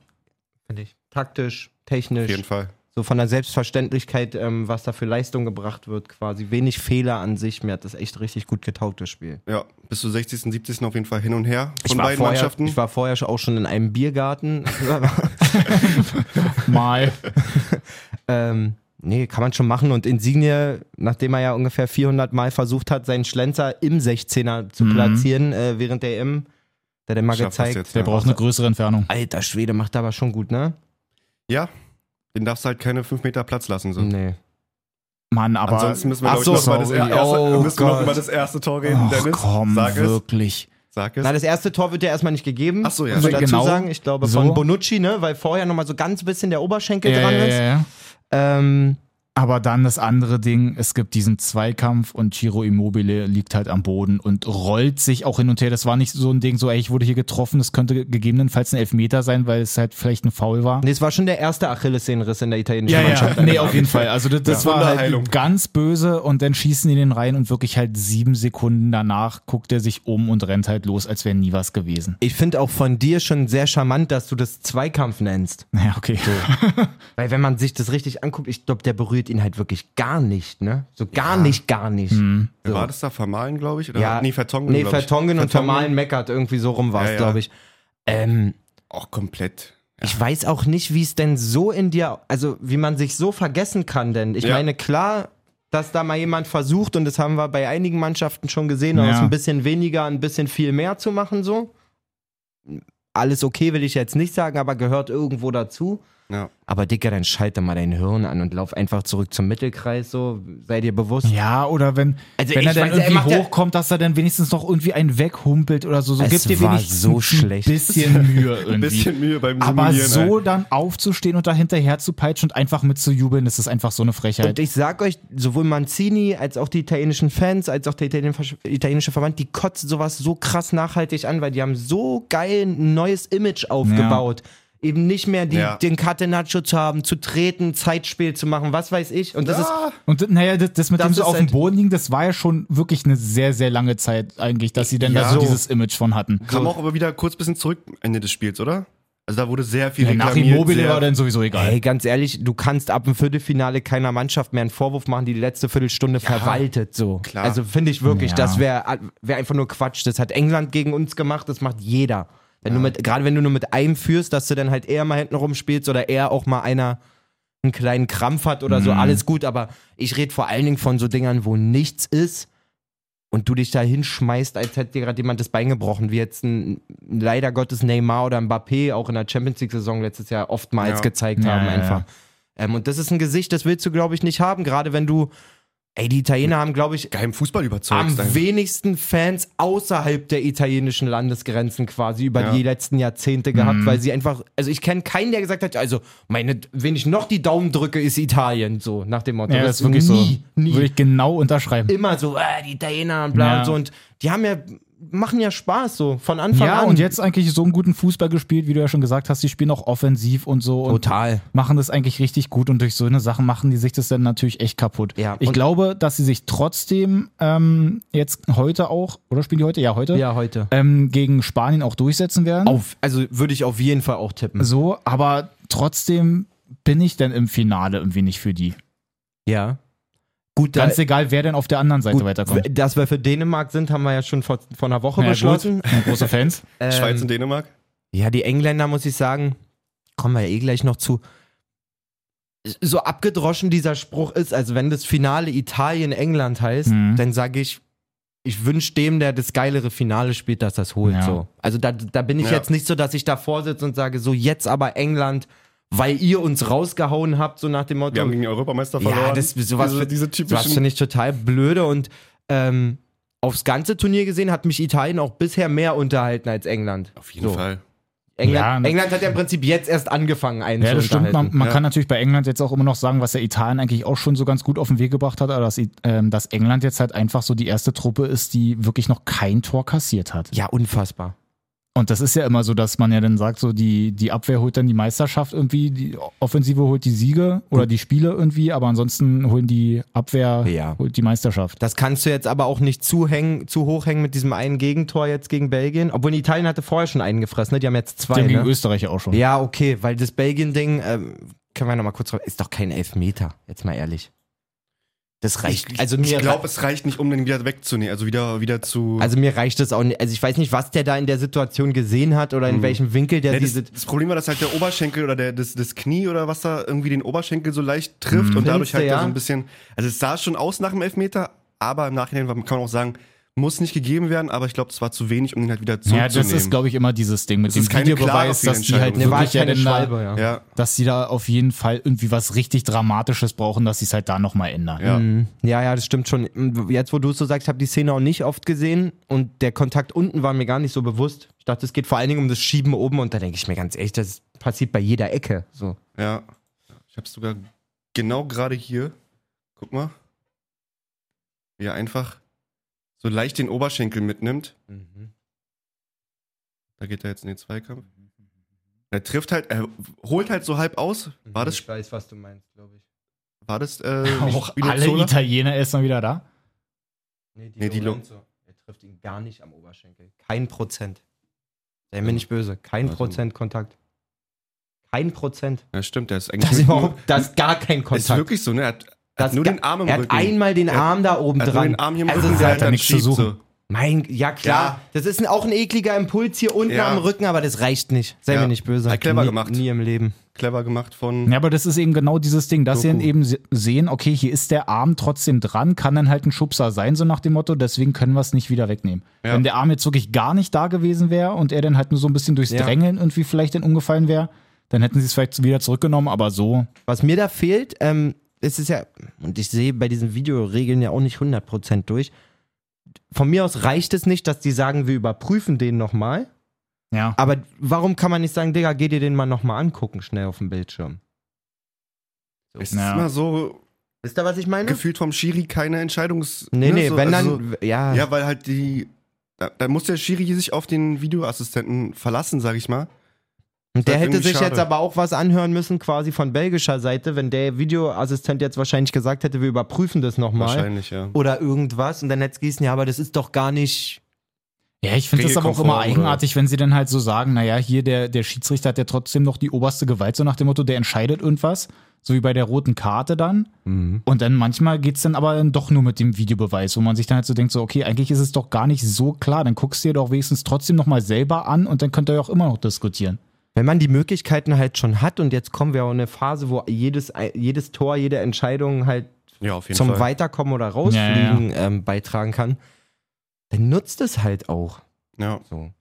Speaker 2: Finde ich. Taktisch,
Speaker 3: Mhm. Auf jeden
Speaker 2: technisch,
Speaker 3: Fall.
Speaker 2: so von der Selbstverständlichkeit, ähm, was da für Leistung gebracht wird, quasi. Wenig Fehler an sich. Mir hat das echt richtig gut getaugt, das Spiel.
Speaker 3: Ja, bis zur 60. 70. auf jeden Fall hin und her von
Speaker 2: ich war
Speaker 3: beiden
Speaker 2: vorher,
Speaker 3: Mannschaften.
Speaker 2: Ich war vorher schon- auch schon in einem Biergarten.
Speaker 1: Mal.
Speaker 2: ähm, nee, kann man schon machen. Und Insigne, nachdem er ja ungefähr 400 Mal versucht hat, seinen Schlenzer im 16er zu
Speaker 1: Mhm.
Speaker 2: platzieren, äh, während der EM, der hat er mal
Speaker 3: Schafft das
Speaker 2: gezeigt.
Speaker 3: jetzt,
Speaker 1: Der
Speaker 3: ja.
Speaker 1: braucht eine größere Entfernung.
Speaker 2: Alter Schwede, macht aber schon gut, ne?
Speaker 3: Ja, den darfst du halt keine 5 Meter Platz lassen. So.
Speaker 2: Nee.
Speaker 1: Mann, aber.
Speaker 3: Ansonsten müssen wir,
Speaker 1: Ach
Speaker 3: glaub ich,
Speaker 1: so,
Speaker 3: noch über das
Speaker 1: sorry.
Speaker 3: erste,
Speaker 2: Oh
Speaker 3: müssen wir noch
Speaker 2: Gott.
Speaker 3: über das erste Tor reden.
Speaker 1: Ach,
Speaker 3: Dennis,
Speaker 1: komm,
Speaker 3: sag es.
Speaker 1: wirklich.
Speaker 3: Sag es.
Speaker 2: Na, das erste Tor wird ja erstmal nicht gegeben.
Speaker 3: Ach so, ja.
Speaker 2: Muss man
Speaker 1: Also
Speaker 2: dazu
Speaker 1: genau
Speaker 2: sagen, ich glaube
Speaker 1: so.
Speaker 2: von Bonucci, ne? Weil vorher nochmal so ganz bisschen der Oberschenkel
Speaker 1: Ja,
Speaker 2: dran
Speaker 1: ja,
Speaker 2: ist.
Speaker 1: ja, ja.
Speaker 2: Ähm,
Speaker 1: Aber dann das andere Ding, es gibt diesen Zweikampf und Ciro Immobile liegt halt am Boden und rollt sich auch hin und her. Das war nicht so ein Ding, so ey, ich wurde hier getroffen, das könnte ge- gegebenenfalls ein Elfmeter sein, weil es halt vielleicht ein Foul war.
Speaker 2: nee, es war schon der erste Achillessehnenriss in der italienischen Mannschaft.
Speaker 1: Nee, auf jeden Fall. Also das, das
Speaker 3: Ja.
Speaker 1: war
Speaker 3: Wunderheilung.
Speaker 1: halt ganz böse und dann schießen die den rein und wirklich halt sieben Sekunden danach guckt er sich um und rennt halt los, als wäre nie was gewesen.
Speaker 2: Ich finde auch von dir schon sehr charmant, dass du das Zweikampf nennst.
Speaker 1: Ja, okay.
Speaker 2: Weil wenn man sich das richtig anguckt, ich glaube, der berührt ihn halt wirklich gar nicht, ne? So gar nicht, gar nicht.
Speaker 3: Wer War das da Vermalen, glaube ich? Oder?
Speaker 2: Ja,
Speaker 3: nee, Vertongen.
Speaker 2: Nee,
Speaker 3: glaub ich.
Speaker 2: Vertongen und Vermahlen meckert, irgendwie so rum war es,
Speaker 3: Ja, ja.
Speaker 2: glaube ich. Ähm,
Speaker 3: Auch komplett.
Speaker 2: Ich weiß auch nicht, wie es denn so in dir, also wie man sich so vergessen kann, denn ich
Speaker 3: Ja.
Speaker 2: meine, klar, dass da mal jemand versucht, und das haben wir bei einigen Mannschaften schon gesehen,
Speaker 1: Ja.
Speaker 2: aus ein bisschen weniger, ein bisschen viel mehr zu machen, so. Alles okay, will ich jetzt nicht sagen, aber gehört irgendwo dazu.
Speaker 3: Ja.
Speaker 2: Aber Dicker, dann schalte mal dein Hirn an und lauf einfach zurück zum Mittelkreis, so, sei dir bewusst.
Speaker 1: Ja, oder wenn,
Speaker 2: Also
Speaker 1: wenn
Speaker 2: ich
Speaker 1: er dann
Speaker 2: weiß, er
Speaker 1: irgendwie
Speaker 2: macht ja-
Speaker 1: hochkommt, dass er dann wenigstens noch irgendwie einen weghumpelt oder so. so
Speaker 2: Es
Speaker 1: gibt dir
Speaker 2: war
Speaker 1: wenigstens
Speaker 2: so schlecht.
Speaker 1: ein bisschen Mühe irgendwie.
Speaker 3: Ein bisschen Mühe beim
Speaker 1: Aber
Speaker 3: Simulieren,
Speaker 1: so
Speaker 3: ey.
Speaker 1: dann aufzustehen und da hinterher zu peitschen und einfach mitzujubeln, das ist einfach so eine
Speaker 2: Und
Speaker 1: Frechheit.
Speaker 2: ich sag euch, sowohl Manzini als auch die italienischen Fans, als auch der italien- italienische Verband, die kotzen sowas so krass nachhaltig an, weil die haben so geil ein neues Image aufgebaut. Eben nicht mehr die,
Speaker 3: Ja.
Speaker 2: den Catenaccio zu haben, zu treten, Zeitspiel zu machen, was weiß ich. Und das ist,
Speaker 1: Und, naja, das, das mit
Speaker 2: Das
Speaker 1: dem so
Speaker 2: ist
Speaker 1: auf dem
Speaker 2: halt-
Speaker 1: Boden liegen, das war ja schon wirklich eine sehr, sehr lange Zeit eigentlich, dass sie denn
Speaker 3: Ja.
Speaker 1: da so
Speaker 3: So.
Speaker 1: dieses Image von hatten.
Speaker 3: Kam auch aber wieder kurz ein bisschen zurück am Ende des Spiels, oder? Also da wurde sehr viel
Speaker 1: Ja, nach
Speaker 3: reklamiert,
Speaker 1: Immobile
Speaker 3: sehr-
Speaker 1: war dann sowieso egal.
Speaker 2: ey, ganz ehrlich, du kannst ab dem Viertelfinale keiner Mannschaft mehr einen Vorwurf machen, die die letzte Viertelstunde verwaltet, so.
Speaker 3: klar.
Speaker 2: Also finde ich wirklich,
Speaker 1: Ja.
Speaker 2: das wäre wär einfach nur Quatsch. Das hat England gegen uns gemacht, das macht jeder. Wenn du mit, gerade wenn du nur mit einem führst, dass du dann halt eher mal hinten rumspielst oder eher auch mal einer einen kleinen Krampf hat oder
Speaker 1: Mhm.
Speaker 2: so, alles gut, aber ich rede vor allen Dingen von so Dingern, wo nichts ist und du dich da hinschmeißt, als hätte dir gerade jemand das Bein gebrochen, wie jetzt ein leider Gottes Neymar oder Mbappé auch in der Champions League-Saison letztes Jahr oftmals
Speaker 3: Ja.
Speaker 2: gezeigt
Speaker 1: Ja,
Speaker 2: haben,
Speaker 1: ja,
Speaker 2: einfach.
Speaker 1: ja.
Speaker 2: Ähm, und das ist ein Gesicht, das willst du, glaube ich, nicht haben, gerade wenn du, ey, die Italiener haben, glaube ich,
Speaker 3: Geheim Fußball überzeugt.
Speaker 2: am wenigsten Fans außerhalb der italienischen Landesgrenzen quasi über
Speaker 3: Ja.
Speaker 2: die letzten Jahrzehnte gehabt, weil sie einfach, also ich kenne keinen, der gesagt hat, also meine, wenn ich noch die Daumen drücke, ist Italien so nach dem Motto.
Speaker 1: Ja, das ist wirklich
Speaker 2: nie,
Speaker 1: so.
Speaker 2: Nie,
Speaker 1: Würde ich genau unterschreiben.
Speaker 2: immer so, äh, die Italiener und bla
Speaker 1: Ja.
Speaker 2: und so und die haben ja machen ja Spaß so von Anfang
Speaker 1: ja,
Speaker 2: an.
Speaker 1: und jetzt eigentlich so einen guten Fußball gespielt, wie du ja schon gesagt hast. Die spielen auch offensiv und so. Und
Speaker 2: Total.
Speaker 1: Machen das eigentlich richtig gut und durch so eine Sachen machen die sich das dann natürlich echt kaputt.
Speaker 2: Ja,
Speaker 1: ich
Speaker 2: und-
Speaker 1: glaube, dass sie sich trotzdem ähm, jetzt heute auch, oder spielen die heute? Ja, heute.
Speaker 2: ja heute.
Speaker 1: Ähm, gegen Spanien auch durchsetzen werden.
Speaker 2: Auf, also würde ich auf jeden Fall auch tippen.
Speaker 1: So, aber trotzdem bin ich dann im Finale irgendwie nicht für die.
Speaker 2: Ja. Gut, da,
Speaker 1: Ganz egal, wer denn auf der anderen Seite
Speaker 2: gut,
Speaker 1: weiterkommt.
Speaker 2: dass wir für Dänemark sind, haben wir ja schon vor, vor einer Woche
Speaker 1: Ja, gut.
Speaker 2: beschlossen.
Speaker 1: Große Fans.
Speaker 2: Ähm,
Speaker 3: Schweiz und Dänemark.
Speaker 2: Ja, die Engländer, muss ich sagen, kommen wir eh gleich noch zu. So abgedroschen dieser Spruch ist, also wenn das Finale Italien-England heißt,
Speaker 1: Mhm.
Speaker 2: dann sage ich, ich wünsche dem, der das geilere Finale spielt, dass das holt.
Speaker 1: Ja.
Speaker 2: So. Also da, da bin ich
Speaker 3: Ja.
Speaker 2: jetzt nicht so, dass ich davor sitze und sage, so jetzt aber England, weil ihr uns rausgehauen habt, so nach dem Motto.
Speaker 3: Wir haben gegen den Europameister verloren.
Speaker 2: Ja, das, sowas,
Speaker 3: diese,
Speaker 2: für,
Speaker 3: diese
Speaker 2: sowas
Speaker 3: typischen.
Speaker 2: finde ich total blöde und ähm, aufs ganze Turnier gesehen hat mich Italien auch bisher mehr unterhalten als England.
Speaker 3: Auf jeden
Speaker 2: So.
Speaker 3: Fall.
Speaker 2: England,
Speaker 1: Ja. ne?
Speaker 2: England hat ja im Prinzip jetzt erst angefangen, einen
Speaker 1: Ja,
Speaker 2: zu
Speaker 1: das stimmt. Man,
Speaker 2: unterhalten.
Speaker 1: man
Speaker 3: ja.
Speaker 1: kann natürlich bei England jetzt auch immer noch sagen, was der Italien eigentlich auch schon so ganz gut auf den Weg gebracht hat, aber dass, I- ähm, dass England jetzt halt einfach so die erste Truppe ist, die wirklich noch kein Tor kassiert hat.
Speaker 2: Ja, unfassbar.
Speaker 1: Und das ist ja immer so, dass man ja dann sagt, so die, die Abwehr holt dann die Meisterschaft irgendwie, die Offensive holt die Siege oder die Spiele irgendwie, aber ansonsten holen die Abwehr
Speaker 2: Ja.
Speaker 1: holt die Meisterschaft.
Speaker 2: Das kannst du jetzt aber auch nicht zu, hängen, zu hoch hängen mit diesem einen Gegentor jetzt gegen Belgien. Obwohl Italien hatte vorher schon einen gefressen, ne? Die haben jetzt zwei.
Speaker 1: Dem gegen
Speaker 2: Ne?
Speaker 1: Österreich auch schon.
Speaker 2: Ja, okay, weil das Belgien-Ding, ähm, können wir nochmal kurz drauf. Ist doch kein Elfmeter, jetzt mal ehrlich. Das reicht. Also mir
Speaker 3: ich
Speaker 2: rei-
Speaker 3: glaube, es reicht nicht, um den wieder wegzunehmen. Also wieder, wieder zu.
Speaker 2: Also mir reicht das auch nicht. Also ich weiß nicht, was der da in der Situation gesehen hat oder in
Speaker 1: Mhm.
Speaker 2: welchem Winkel der
Speaker 3: Ja, das,
Speaker 2: diese.
Speaker 3: das Problem war, dass halt der Oberschenkel oder der, das, das Knie oder was da irgendwie den Oberschenkel so leicht trifft und dadurch
Speaker 2: Findste,
Speaker 3: halt
Speaker 2: Mhm. ja?
Speaker 3: da so ein bisschen. Also es sah schon aus nach dem Elfmeter, aber im Nachhinein war- kann man auch sagen, muss nicht gegeben werden, aber ich glaube, es war zu wenig, um ihn halt wieder
Speaker 1: Ja,
Speaker 3: zurückzunehmen.
Speaker 1: das ist, glaube ich, immer dieses Ding mit
Speaker 3: Das
Speaker 1: dem
Speaker 3: ist keine
Speaker 1: Videobeweis,
Speaker 3: klare
Speaker 1: dass die halt
Speaker 3: Fehlentscheidung.
Speaker 2: Ne, war
Speaker 1: wirklich ja
Speaker 2: keine
Speaker 1: dann da,
Speaker 2: Schwalbe, ja.
Speaker 3: ja.
Speaker 1: dass die da auf jeden Fall irgendwie was richtig Dramatisches brauchen, dass sie es halt da nochmal ändern.
Speaker 3: Ja.
Speaker 2: Mhm. Ja, ja, das stimmt schon. Jetzt, wo du es so sagst, ich habe die Szene auch nicht oft gesehen und der Kontakt unten war mir gar nicht so bewusst. Ich dachte, es geht vor allen Dingen um das Schieben oben und da denke ich mir ganz ehrlich, das passiert bei jeder Ecke. So.
Speaker 3: Ja. Ich hab's sogar genau gerade hier. Guck mal. Wie er einfach so leicht den Oberschenkel mitnimmt. Mhm. Da geht er jetzt in den Zweikampf.
Speaker 2: Mhm,
Speaker 3: Er trifft halt, er holt halt so halb aus. War das,
Speaker 2: Ich weiß, was du meinst, glaube ich.
Speaker 3: war das, äh,
Speaker 1: Auch
Speaker 3: Spinozola?
Speaker 1: alle Italiener ist mal wieder da.
Speaker 2: Nee, die,
Speaker 3: Nee, die Lo-
Speaker 2: Er trifft ihn gar nicht am Oberschenkel. Kein Prozent. Sei mir nicht böse. Kein
Speaker 3: Also-
Speaker 2: Prozent Kontakt. Kein Prozent.
Speaker 3: Ja, stimmt, der ist eigentlich.
Speaker 2: Das ist
Speaker 3: mit-
Speaker 2: überhaupt, das ist gar kein
Speaker 3: ist
Speaker 2: Kontakt.
Speaker 3: wirklich so, ne? Er hat,
Speaker 2: Das
Speaker 3: hat nur
Speaker 2: ga-
Speaker 3: den Arm im
Speaker 2: Er hat
Speaker 3: Rücken.
Speaker 2: einmal den
Speaker 3: Er hat-
Speaker 2: Arm da oben
Speaker 3: er hat nur
Speaker 2: dran.
Speaker 3: den Arm hier im
Speaker 2: Also es
Speaker 3: Rücken,
Speaker 2: ist
Speaker 3: der
Speaker 1: halt
Speaker 3: dann
Speaker 1: nichts zu
Speaker 3: schiebt,
Speaker 1: suchen.
Speaker 3: so.
Speaker 2: Mein, ja klar,
Speaker 3: Ja.
Speaker 2: das ist ein, auch ein ekliger Impuls hier unten
Speaker 3: Ja.
Speaker 2: am Rücken, aber das reicht nicht. Sei
Speaker 3: Ja.
Speaker 2: mir nicht böse.
Speaker 3: Hat clever
Speaker 2: nie,
Speaker 3: gemacht.
Speaker 2: Nie im Leben.
Speaker 3: Clever gemacht von.
Speaker 1: Ja, aber das ist eben genau dieses Ding, dass sie
Speaker 3: Doku.
Speaker 1: dann eben se- sehen, okay, hier ist der Arm trotzdem dran, kann dann halt ein Schubser sein, so nach dem Motto, deswegen können wir es nicht wieder wegnehmen.
Speaker 3: Ja.
Speaker 1: Wenn der Arm jetzt wirklich gar nicht da gewesen wäre und er dann halt nur so ein bisschen durchs
Speaker 2: Ja.
Speaker 1: Drängeln irgendwie vielleicht dann umgefallen wäre, dann hätten sie es vielleicht wieder zurückgenommen, aber so.
Speaker 2: Was mir da fehlt, ähm, es ist ja, und ich sehe bei diesen Videoregeln ja auch nicht 100% durch. Von mir aus reicht es nicht, dass die sagen, wir überprüfen den nochmal.
Speaker 1: Ja.
Speaker 3: Ah,
Speaker 2: Aber warum kann man nicht sagen, Digga, geh dir den mal nochmal angucken, schnell auf dem Bildschirm?
Speaker 3: Es ist
Speaker 1: Ja.
Speaker 3: immer so
Speaker 2: Wisst ihr, was ich meine?
Speaker 3: gefühlt vom Schiri keine Entscheidungs.
Speaker 2: nee,
Speaker 3: ne,
Speaker 2: nee,
Speaker 3: so,
Speaker 2: wenn
Speaker 3: also
Speaker 2: dann, ja.
Speaker 3: So, ja, weil halt die. Da, da muss der Schiri sich auf den Videoassistenten verlassen, sag ich mal.
Speaker 2: Und der
Speaker 3: Das ist
Speaker 2: hätte
Speaker 3: irgendwie
Speaker 2: sich
Speaker 3: schade.
Speaker 2: jetzt aber auch was anhören müssen, quasi von belgischer Seite, wenn der Videoassistent jetzt wahrscheinlich gesagt hätte, wir überprüfen das nochmal.
Speaker 3: Wahrscheinlich, ja.
Speaker 2: Oder irgendwas. Und dann hätte es gießen, ja, aber das ist doch gar nicht.
Speaker 1: Ja, ich finde das aber auch
Speaker 3: Regelkonform,
Speaker 1: immer eigenartig, wenn sie dann halt so sagen, naja, hier der, der Schiedsrichter hat ja trotzdem noch die oberste Gewalt, so nach dem Motto, der entscheidet irgendwas, so wie bei der roten Karte dann.
Speaker 3: Mhm.
Speaker 1: Und dann manchmal geht's dann aber dann doch nur mit dem Videobeweis, wo man sich dann halt so denkt, so, okay, eigentlich ist es doch gar nicht so klar, dann guckst du dir doch wenigstens trotzdem nochmal selber an und dann könnt ihr ja auch immer noch diskutieren.
Speaker 2: Wenn man die Möglichkeiten halt schon hat und jetzt kommen wir auch in eine Phase, wo jedes, jedes Tor, jede Entscheidung halt
Speaker 3: Ja, auf jeden
Speaker 2: zum
Speaker 3: Fall.
Speaker 2: Weiterkommen oder Rausfliegen Ähm, beitragen kann, dann nutzt es halt auch.
Speaker 3: Ja.
Speaker 2: So.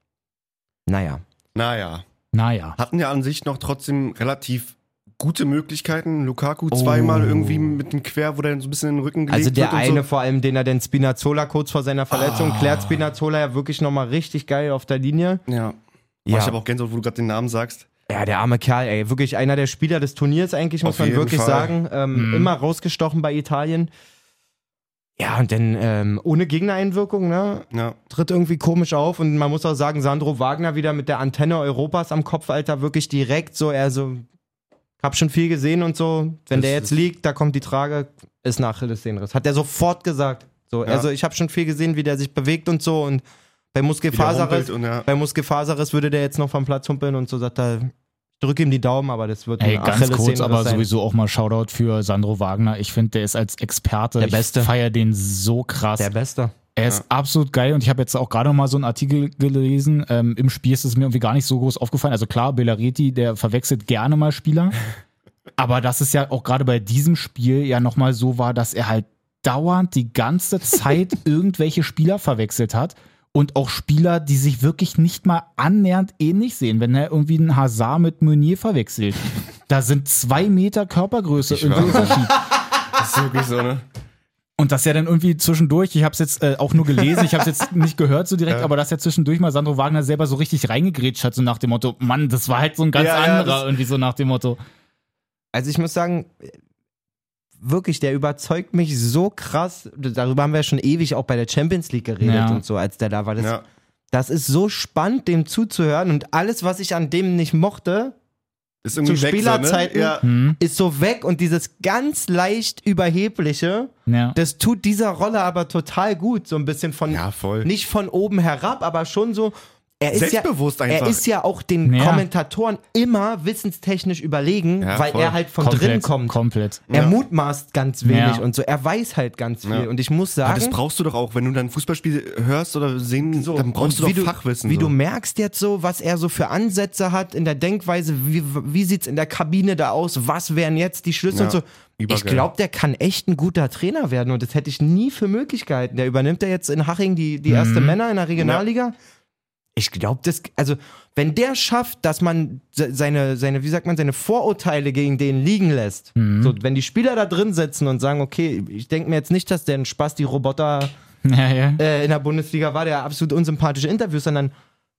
Speaker 2: Naja.
Speaker 3: Naja.
Speaker 1: Naja.
Speaker 3: Hatten ja an sich noch trotzdem relativ gute Möglichkeiten. Lukaku zweimal irgendwie mit dem Quer, wo der so ein bisschen in den Rücken gelegt
Speaker 2: Also der
Speaker 3: wird und
Speaker 2: eine
Speaker 3: so.
Speaker 2: vor allem, den er den Spinazzola kurz vor seiner Verletzung,
Speaker 3: Ah.
Speaker 2: klärt Spinazzola ja wirklich nochmal richtig geil auf der Linie.
Speaker 3: Ja.
Speaker 2: Ja.
Speaker 3: Ich habe auch Gänsehaut, wo du gerade den Namen sagst.
Speaker 2: Ja, der arme Kerl, ey. Wirklich einer der Spieler des Turniers, eigentlich, muss
Speaker 3: Auf
Speaker 2: man
Speaker 3: jeden
Speaker 2: wirklich
Speaker 3: Fall.
Speaker 2: sagen. Ähm,
Speaker 1: Mhm.
Speaker 2: Immer rausgestochen bei Italien. Ja, und dann ähm, ohne Gegnereinwirkung, ne?
Speaker 3: Ja.
Speaker 2: Tritt irgendwie komisch auf. Und man muss auch sagen, Sandro Wagner wieder mit der Antenne Europas am Kopf, Alter, wirklich direkt so, er so, hab schon viel gesehen und so. Wenn
Speaker 3: Das
Speaker 2: der jetzt
Speaker 3: ist-
Speaker 2: liegt, da kommt die Trage, ist ein Achillessehnenriss. Hat er sofort gesagt. So,
Speaker 3: Ja.
Speaker 2: also ich habe schon viel gesehen, wie der sich bewegt und so. Und bei
Speaker 3: Wie der
Speaker 2: Muskelfaserriss
Speaker 3: rumpelt und ja.
Speaker 2: bei Muskelfaserriss würde der jetzt noch vom Platz humpeln und so sagt er, drück ihm die Daumen, aber das wird
Speaker 1: Ey, ganz kurz,
Speaker 2: Achillessehnenriss
Speaker 1: aber
Speaker 2: sein.
Speaker 1: sowieso auch mal Shoutout für Sandro Wagner. Ich finde, der ist als Experte,
Speaker 2: Der Beste.
Speaker 1: ich feier den so krass.
Speaker 2: der Beste.
Speaker 1: Er ist absolut geil und ich habe jetzt auch gerade noch mal so einen Artikel gelesen. Ähm, Im Spiel ist es mir irgendwie gar nicht so groß aufgefallen. Also klar, Bellaretti, der verwechselt gerne mal Spieler. Aber dass es ja auch gerade bei diesem Spiel ja noch mal so war, dass er halt dauernd die ganze Zeit irgendwelche Spieler verwechselt hat und auch Spieler, die sich wirklich nicht mal annähernd ähnlich sehen, wenn er irgendwie einen Hazard mit Meunier verwechselt. Da sind zwei Meter Körpergröße
Speaker 3: Ich
Speaker 1: irgendwie
Speaker 3: schwöre.
Speaker 1: Unterschied.
Speaker 3: Das ist wirklich so, ne?
Speaker 1: Und dass er dann irgendwie zwischendurch, ich habe es jetzt äh, auch nur gelesen, ich habe es jetzt nicht gehört so direkt, aber dass er zwischendurch mal Sandro Wagner selber so richtig reingegrätscht hat, so nach dem Motto, Mann, das war halt so ein ganz
Speaker 3: Ja, ja,
Speaker 1: anderer,
Speaker 3: das-
Speaker 1: irgendwie so nach dem Motto.
Speaker 2: Also ich muss sagen, wirklich, der überzeugt mich so krass. Darüber haben wir schon ewig auch bei der Champions League geredet
Speaker 1: Ja.
Speaker 2: und so, als der da war. Das,
Speaker 3: Ja.
Speaker 2: das ist so spannend, dem zuzuhören. Und alles, was ich an dem nicht mochte,
Speaker 3: Ist irgendwie
Speaker 2: Zu
Speaker 3: weg,
Speaker 2: Spielerzeiten?
Speaker 3: So, ne? ja.
Speaker 1: Hm?
Speaker 2: ist so weg. Und dieses ganz leicht Überhebliche,
Speaker 1: Ja.
Speaker 2: das tut dieser Rolle aber total gut. So ein bisschen von,
Speaker 3: ja, voll.
Speaker 2: nicht von oben herab, aber schon so. Er ist ja,
Speaker 3: Selbstbewusst einfach.
Speaker 2: er ist ja auch den
Speaker 1: Ja.
Speaker 2: Kommentatoren immer wissenstechnisch überlegen,
Speaker 3: Ja,
Speaker 2: weil
Speaker 3: voll.
Speaker 2: er halt von drinnen kommt.
Speaker 1: Komplett.
Speaker 2: Er
Speaker 3: Ja.
Speaker 2: mutmaßt ganz
Speaker 1: Ja.
Speaker 2: wenig und so. Er weiß halt ganz viel.
Speaker 3: Ja.
Speaker 2: Und ich muss
Speaker 3: Aber
Speaker 2: sagen,
Speaker 3: das brauchst du doch auch, wenn du dann Fußballspiel hörst oder sehen,
Speaker 2: so,
Speaker 3: dann brauchst du
Speaker 2: und
Speaker 3: doch
Speaker 2: wie
Speaker 3: Fachwissen.
Speaker 2: Wie
Speaker 3: so.
Speaker 2: du merkst jetzt so, was er so für Ansätze hat in der Denkweise, wie, wie sieht es in der Kabine da aus, was wären jetzt die Schlüsse
Speaker 3: Ja,
Speaker 2: und so. Ich
Speaker 3: übergeil.
Speaker 2: glaube, der kann echt ein guter Trainer werden und das hätte ich nie für möglich gehalten. Der übernimmt ja jetzt in Haching die, die
Speaker 3: Mhm.
Speaker 2: erste Männer in der Regionalliga. Ich glaube, das, also, wenn der schafft, dass man se- seine, seine, wie sagt man, seine Vorurteile gegen den liegen lässt,
Speaker 3: Mhm.
Speaker 2: so, wenn die Spieler da drin sitzen und sagen, okay, ich denke mir jetzt nicht, dass der ein Spaß die Roboter
Speaker 1: Ja, ja.
Speaker 2: äh, in der Bundesliga war, der absolut unsympathische Interviews, sondern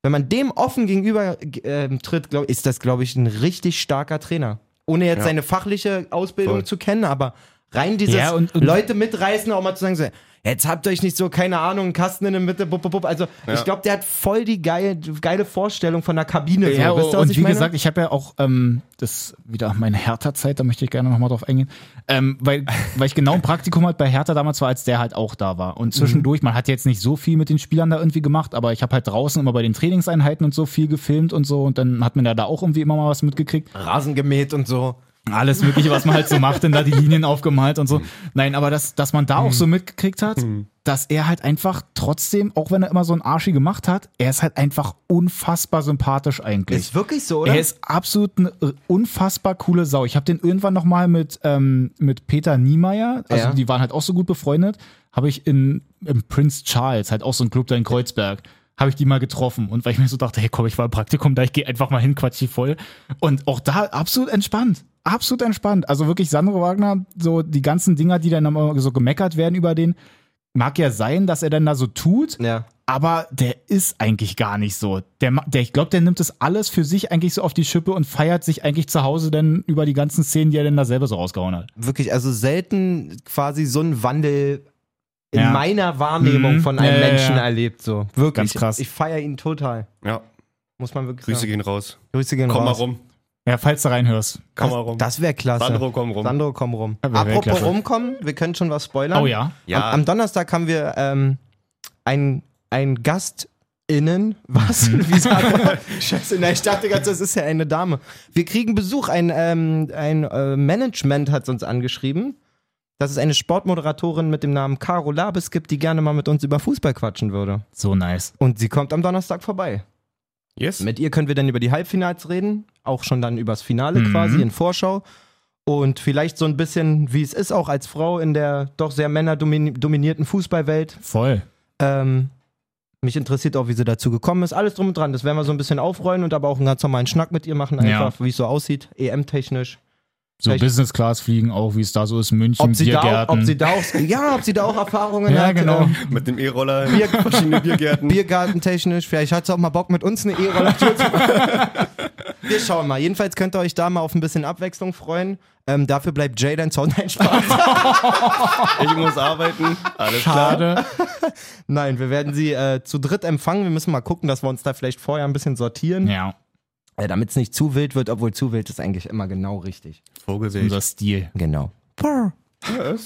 Speaker 2: wenn man dem offen gegenüber ähm, tritt, glaub, ist das, glaube ich, ein richtig starker Trainer. Ohne jetzt
Speaker 3: Ja.
Speaker 2: seine fachliche Ausbildung
Speaker 3: Voll.
Speaker 2: zu kennen, aber rein dieses
Speaker 1: Ja, und- und-
Speaker 2: Leute mitreißen, auch mal zu sagen, so, jetzt habt ihr euch nicht so, keine Ahnung, einen Kasten in der Mitte, bup, bup, bup. Also ich glaube, der hat voll die geile, geile Vorstellung von der
Speaker 1: Ja,
Speaker 2: Kabine. so. Wisst ihr, was
Speaker 1: und
Speaker 2: ich
Speaker 1: wie
Speaker 2: meine?
Speaker 1: gesagt, ich habe ja auch ähm, das wieder meine Hertha-Zeit, da möchte ich gerne nochmal drauf eingehen, ähm, weil, weil ich genau ein Praktikum halt bei Hertha damals war, als der halt auch da war.
Speaker 2: Mhm.
Speaker 1: Und zwischendurch, man hat jetzt nicht so viel mit den Spielern da irgendwie gemacht, aber ich habe halt draußen immer bei den Trainingseinheiten und so viel gefilmt und so und dann hat man ja da auch irgendwie immer mal was mitgekriegt.
Speaker 2: Rasen gemäht und so.
Speaker 1: Alles Mögliche, was man halt so macht, denn da die Linien aufgemalt und
Speaker 2: Mhm.
Speaker 1: so. Nein, aber dass, dass man da auch so mitgekriegt hat, dass er halt einfach trotzdem, auch wenn er immer so ein Arschi gemacht hat, er ist halt einfach unfassbar sympathisch eigentlich.
Speaker 2: Ist wirklich so, oder?
Speaker 1: Er ist absolut eine äh, unfassbar coole Sau. Ich habe den irgendwann noch mal mit, ähm, mit Peter Niemeyer, also
Speaker 2: Ja.
Speaker 1: die waren halt auch so gut befreundet, habe ich in, im Prince Charles, halt auch so ein Club da in Kreuzberg, habe ich die mal getroffen. Und weil ich mir so dachte, hey komm, ich war im Praktikum da, ich gehe einfach mal hin, quatsch die voll. Und auch da absolut entspannt. Absolut entspannt. Also wirklich Sandro Wagner, so die ganzen Dinger, die dann immer so gemeckert werden über den, mag ja sein, dass er dann da so tut,
Speaker 2: ja.
Speaker 1: aber der ist eigentlich gar nicht so. Der, ma- der ich glaube, der nimmt das alles für sich eigentlich so auf die Schippe und feiert sich eigentlich zu Hause dann über die ganzen Szenen, die er denn da selber so rausgehauen hat.
Speaker 2: wirklich, also selten quasi so einen Wandel in
Speaker 1: Ja.
Speaker 2: meiner Wahrnehmung
Speaker 1: Mhm.
Speaker 2: von einem
Speaker 1: Ja, ja,
Speaker 2: Menschen
Speaker 1: ja.
Speaker 2: erlebt. So. Wirklich.
Speaker 1: Ganz krass.
Speaker 2: Ich feiere ihn total.
Speaker 3: ja.
Speaker 2: Muss man wirklich
Speaker 3: Grüße
Speaker 2: sagen.
Speaker 3: gehen raus.
Speaker 2: Grüße gehen
Speaker 3: Komm mal
Speaker 2: raus.
Speaker 3: rum.
Speaker 1: Ja, falls du reinhörst.
Speaker 3: Komm mal rum.
Speaker 2: Genau. Das wäre klasse.
Speaker 3: Sandro, komm rum.
Speaker 2: Sandro, komm rum.
Speaker 1: Ja, wär- wär
Speaker 2: Apropos
Speaker 1: klasse.
Speaker 2: rumkommen, wir können schon was spoilern.
Speaker 1: Oh ja.
Speaker 3: Ja.
Speaker 2: Am, am Donnerstag haben wir ähm, ein, ein Gast. Innen, was? Wie sagt man? Scheiße, nein, ich dachte ganz, das ist ja eine Dame. Wir kriegen Besuch. Ein, ähm, ein äh, Management hat uns angeschrieben, dass es eine Sportmoderatorin mit dem Namen Caro Labes gibt, die gerne mal mit uns über Fußball quatschen würde.
Speaker 1: So nice.
Speaker 2: Und sie kommt am Donnerstag vorbei.
Speaker 3: yes.
Speaker 2: Mit ihr können wir dann über die Halbfinals reden, auch schon dann übers Finale
Speaker 1: Mhm.
Speaker 2: quasi in Vorschau. Und vielleicht so ein bisschen, wie es ist, auch als Frau in der doch sehr männerdominierten Fußballwelt.
Speaker 1: Voll.
Speaker 2: Ähm, mich interessiert auch, wie sie dazu gekommen ist. Alles drum und dran. Das werden wir so ein bisschen aufrollen und aber auch einen ganz normalen Schnack mit ihr machen,
Speaker 1: Ja.
Speaker 2: einfach, wie es so aussieht, EM-technisch.
Speaker 1: So
Speaker 2: Vielleicht-
Speaker 1: Business Class fliegen auch, wie es da so ist, München,
Speaker 2: Ob sie, da auch,
Speaker 1: Biergärten.
Speaker 2: ob sie da auch, ja, ob sie da auch Erfahrungen
Speaker 1: ja,
Speaker 2: hat.
Speaker 1: genau.
Speaker 2: ähm,
Speaker 3: Mit dem E-Roller. in Verschiedene Biergärten.
Speaker 2: Biergartentechnisch. Vielleicht hat sie auch mal Bock, mit uns eine E-Roller zu Wir schauen mal. Jedenfalls könnt ihr euch da mal auf ein bisschen Abwechslung freuen. Ähm, dafür bleibt Jay dein Zaun ein Spaß.
Speaker 3: Ich muss arbeiten. Alles klar.
Speaker 1: Schade.
Speaker 2: Nein, wir werden sie äh, zu dritt empfangen. Wir müssen mal gucken, dass wir uns da vielleicht vorher ein bisschen sortieren.
Speaker 1: Ja,
Speaker 2: Äh, Damit es nicht zu wild wird, obwohl zu wild ist eigentlich immer genau richtig.
Speaker 3: Vogelwild.
Speaker 1: unser Stil.
Speaker 2: Genau. Wei,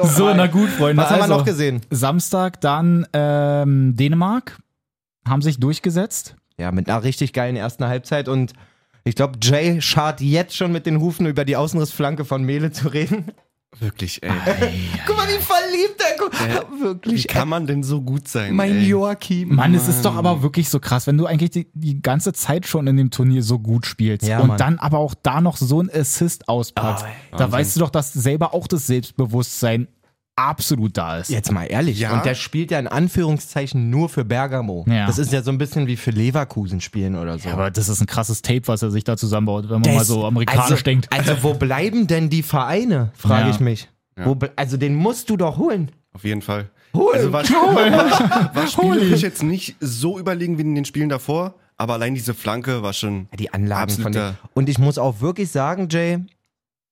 Speaker 2: oh
Speaker 1: So,
Speaker 2: wei.
Speaker 1: na gut, Freunde.
Speaker 2: Was haben wir
Speaker 1: also,
Speaker 2: noch gesehen?
Speaker 1: Samstag dann ähm, Dänemark. Haben sich durchgesetzt.
Speaker 2: Ja, mit einer richtig geilen ersten Halbzeit und ich glaube, Jay schart jetzt schon mit den Hufen über die Außenrissflanke von Mele zu reden.
Speaker 3: Wirklich, ey.
Speaker 2: Guck mal, wie verliebt er guckt.
Speaker 3: Wie
Speaker 2: Wirklich.
Speaker 3: kann man denn so gut sein?
Speaker 2: Mein
Speaker 3: ey?
Speaker 2: Joachim.
Speaker 1: Mann, es ist doch aber wirklich so krass, wenn du eigentlich die, die ganze Zeit schon in dem Turnier so gut spielst
Speaker 2: Ja,
Speaker 1: und
Speaker 2: Mann.
Speaker 1: dann aber auch da noch so ein Assist auspackst. da weißt du doch, dass selber auch das Selbstbewusstsein absolut da ist.
Speaker 2: Jetzt mal ehrlich.
Speaker 3: Ja.
Speaker 2: Und der spielt ja in Anführungszeichen nur für Bergamo.
Speaker 1: Ja.
Speaker 2: Das ist ja so ein bisschen wie für Leverkusen spielen oder so.
Speaker 1: Ja, aber das ist ein krasses Tape, was er sich da zusammenbaut, wenn man mal
Speaker 2: Das-
Speaker 1: so amerikanisch
Speaker 2: also,
Speaker 1: denkt.
Speaker 2: Also wo bleiben denn die Vereine, frage
Speaker 1: Ja.
Speaker 2: ich mich. Wo ble- also den musst du doch holen.
Speaker 3: Auf jeden Fall. Also war, war, war spielerisch jetzt nicht so überlegen wie in den Spielen davor, aber allein diese Flanke war schon.
Speaker 2: Ja, Die Anlagen von
Speaker 3: Absoluter-
Speaker 2: denen. Und ich muss auch wirklich sagen, Jay,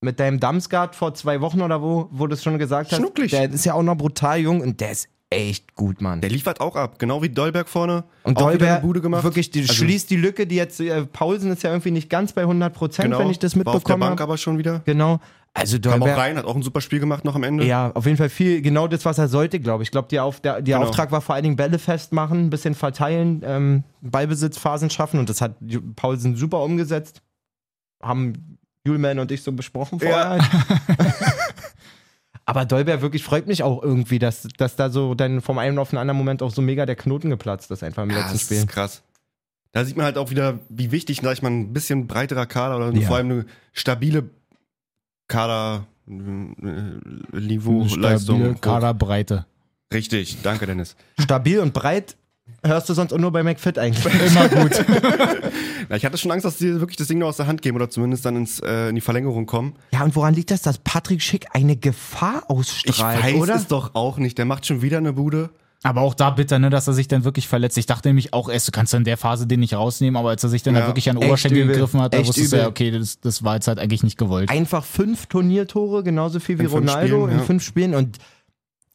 Speaker 2: mit deinem Damsgaard vor zwei Wochen oder wo, wo du es schon gesagt hast,
Speaker 3: Schnucklig.
Speaker 2: der ist ja auch noch brutal jung und der ist echt gut, Mann.
Speaker 3: Der liefert auch ab, genau wie Dolberg vorne.
Speaker 2: und
Speaker 3: auch wieder
Speaker 2: Dolberg
Speaker 3: eine Bude gemacht.
Speaker 2: wirklich, die
Speaker 3: Also-
Speaker 2: schließt die Lücke, die jetzt, äh, Paulsen ist ja irgendwie nicht ganz bei 100 Prozent,
Speaker 3: genau,
Speaker 2: wenn ich das
Speaker 3: War auf der
Speaker 2: mitbekommen
Speaker 3: Bank
Speaker 2: habe.
Speaker 3: aber schon wieder.
Speaker 2: Genau. Also
Speaker 3: Kam auch
Speaker 2: Dolberg,
Speaker 3: rein, hat auch ein super Spiel gemacht noch am Ende.
Speaker 2: ja, auf jeden Fall viel, genau das, was er sollte, glaube ich. Ich glaube, der, Auf, der, der
Speaker 3: Genau.
Speaker 2: Auftrag war vor allen Dingen Bälle festmachen, ein bisschen verteilen, ähm, Ballbesitzphasen schaffen und das hat Ju- Paulsen super umgesetzt. Haben Julman und ich so besprochen vorher. halt. Aber Dolberg wirklich freut mich auch irgendwie, dass, dass da so dann vom einen auf den anderen Moment auch so mega der Knoten geplatzt ist, einfach im
Speaker 3: Ja,
Speaker 2: letzten
Speaker 3: das
Speaker 2: Spiel.
Speaker 3: ist krass. Da sieht man halt auch wieder, wie wichtig, sag ich mal, ein bisschen breiterer Kader oder
Speaker 2: Ja.
Speaker 3: vor allem eine stabile Kader-Niveau,
Speaker 1: Stabile
Speaker 3: Leistung.
Speaker 1: Kaderbreite.
Speaker 3: Richtig, danke Dennis.
Speaker 2: Stabil und breit hörst du sonst auch nur bei McFit eigentlich.
Speaker 1: Immer gut.
Speaker 3: Na, ich hatte schon Angst, dass die wirklich das Ding noch aus der Hand geben oder zumindest dann ins, äh, in die Verlängerung kommen.
Speaker 2: Ja, und woran liegt das, dass Patrick Schick eine Gefahr
Speaker 3: Ich
Speaker 2: ausstrahlt,
Speaker 3: weiß
Speaker 2: oder?
Speaker 3: es doch auch nicht. Der macht schon wieder eine Bude.
Speaker 1: aber auch da bitter, ne, dass er sich dann wirklich verletzt. Ich dachte nämlich auch erst, du kannst in der Phase den nicht rausnehmen, aber als er sich dann
Speaker 3: Ja,
Speaker 1: halt wirklich an den
Speaker 2: echt
Speaker 1: Oberschenkel
Speaker 2: übel.
Speaker 1: gegriffen hat, da
Speaker 2: Echt
Speaker 1: wusstest du ja,
Speaker 2: übel.
Speaker 1: okay, das, das war jetzt halt eigentlich nicht gewollt.
Speaker 2: einfach fünf Turniertore, genauso viel wie
Speaker 3: In fünf
Speaker 2: Ronaldo
Speaker 3: Spielen,
Speaker 2: in
Speaker 3: ja.
Speaker 2: fünf Spielen und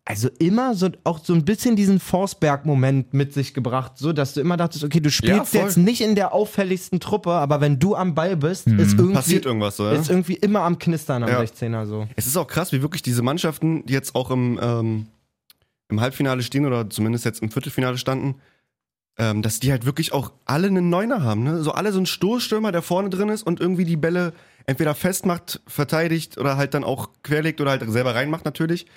Speaker 2: also immer so auch so ein bisschen diesen Forsberg-Moment mit sich gebracht, so dass du immer dachtest, okay, du spielst
Speaker 3: voll.
Speaker 2: jetzt nicht in der auffälligsten Truppe, aber wenn du am Ball bist, ist irgendwie
Speaker 3: Hm. Passiert irgendwas, oder?
Speaker 2: ist irgendwie immer am Knistern am
Speaker 3: Ja.
Speaker 2: 16er so.
Speaker 3: Es ist auch krass, wie wirklich diese Mannschaften, die jetzt auch im, ähm, im Halbfinale stehen oder zumindest jetzt im Viertelfinale standen, ähm, dass die halt wirklich auch alle einen Neuner haben. Ne? So alle so einen Stoßstürmer, der vorne drin ist und irgendwie die Bälle entweder festmacht, verteidigt oder halt dann auch querlegt oder halt selber reinmacht natürlich.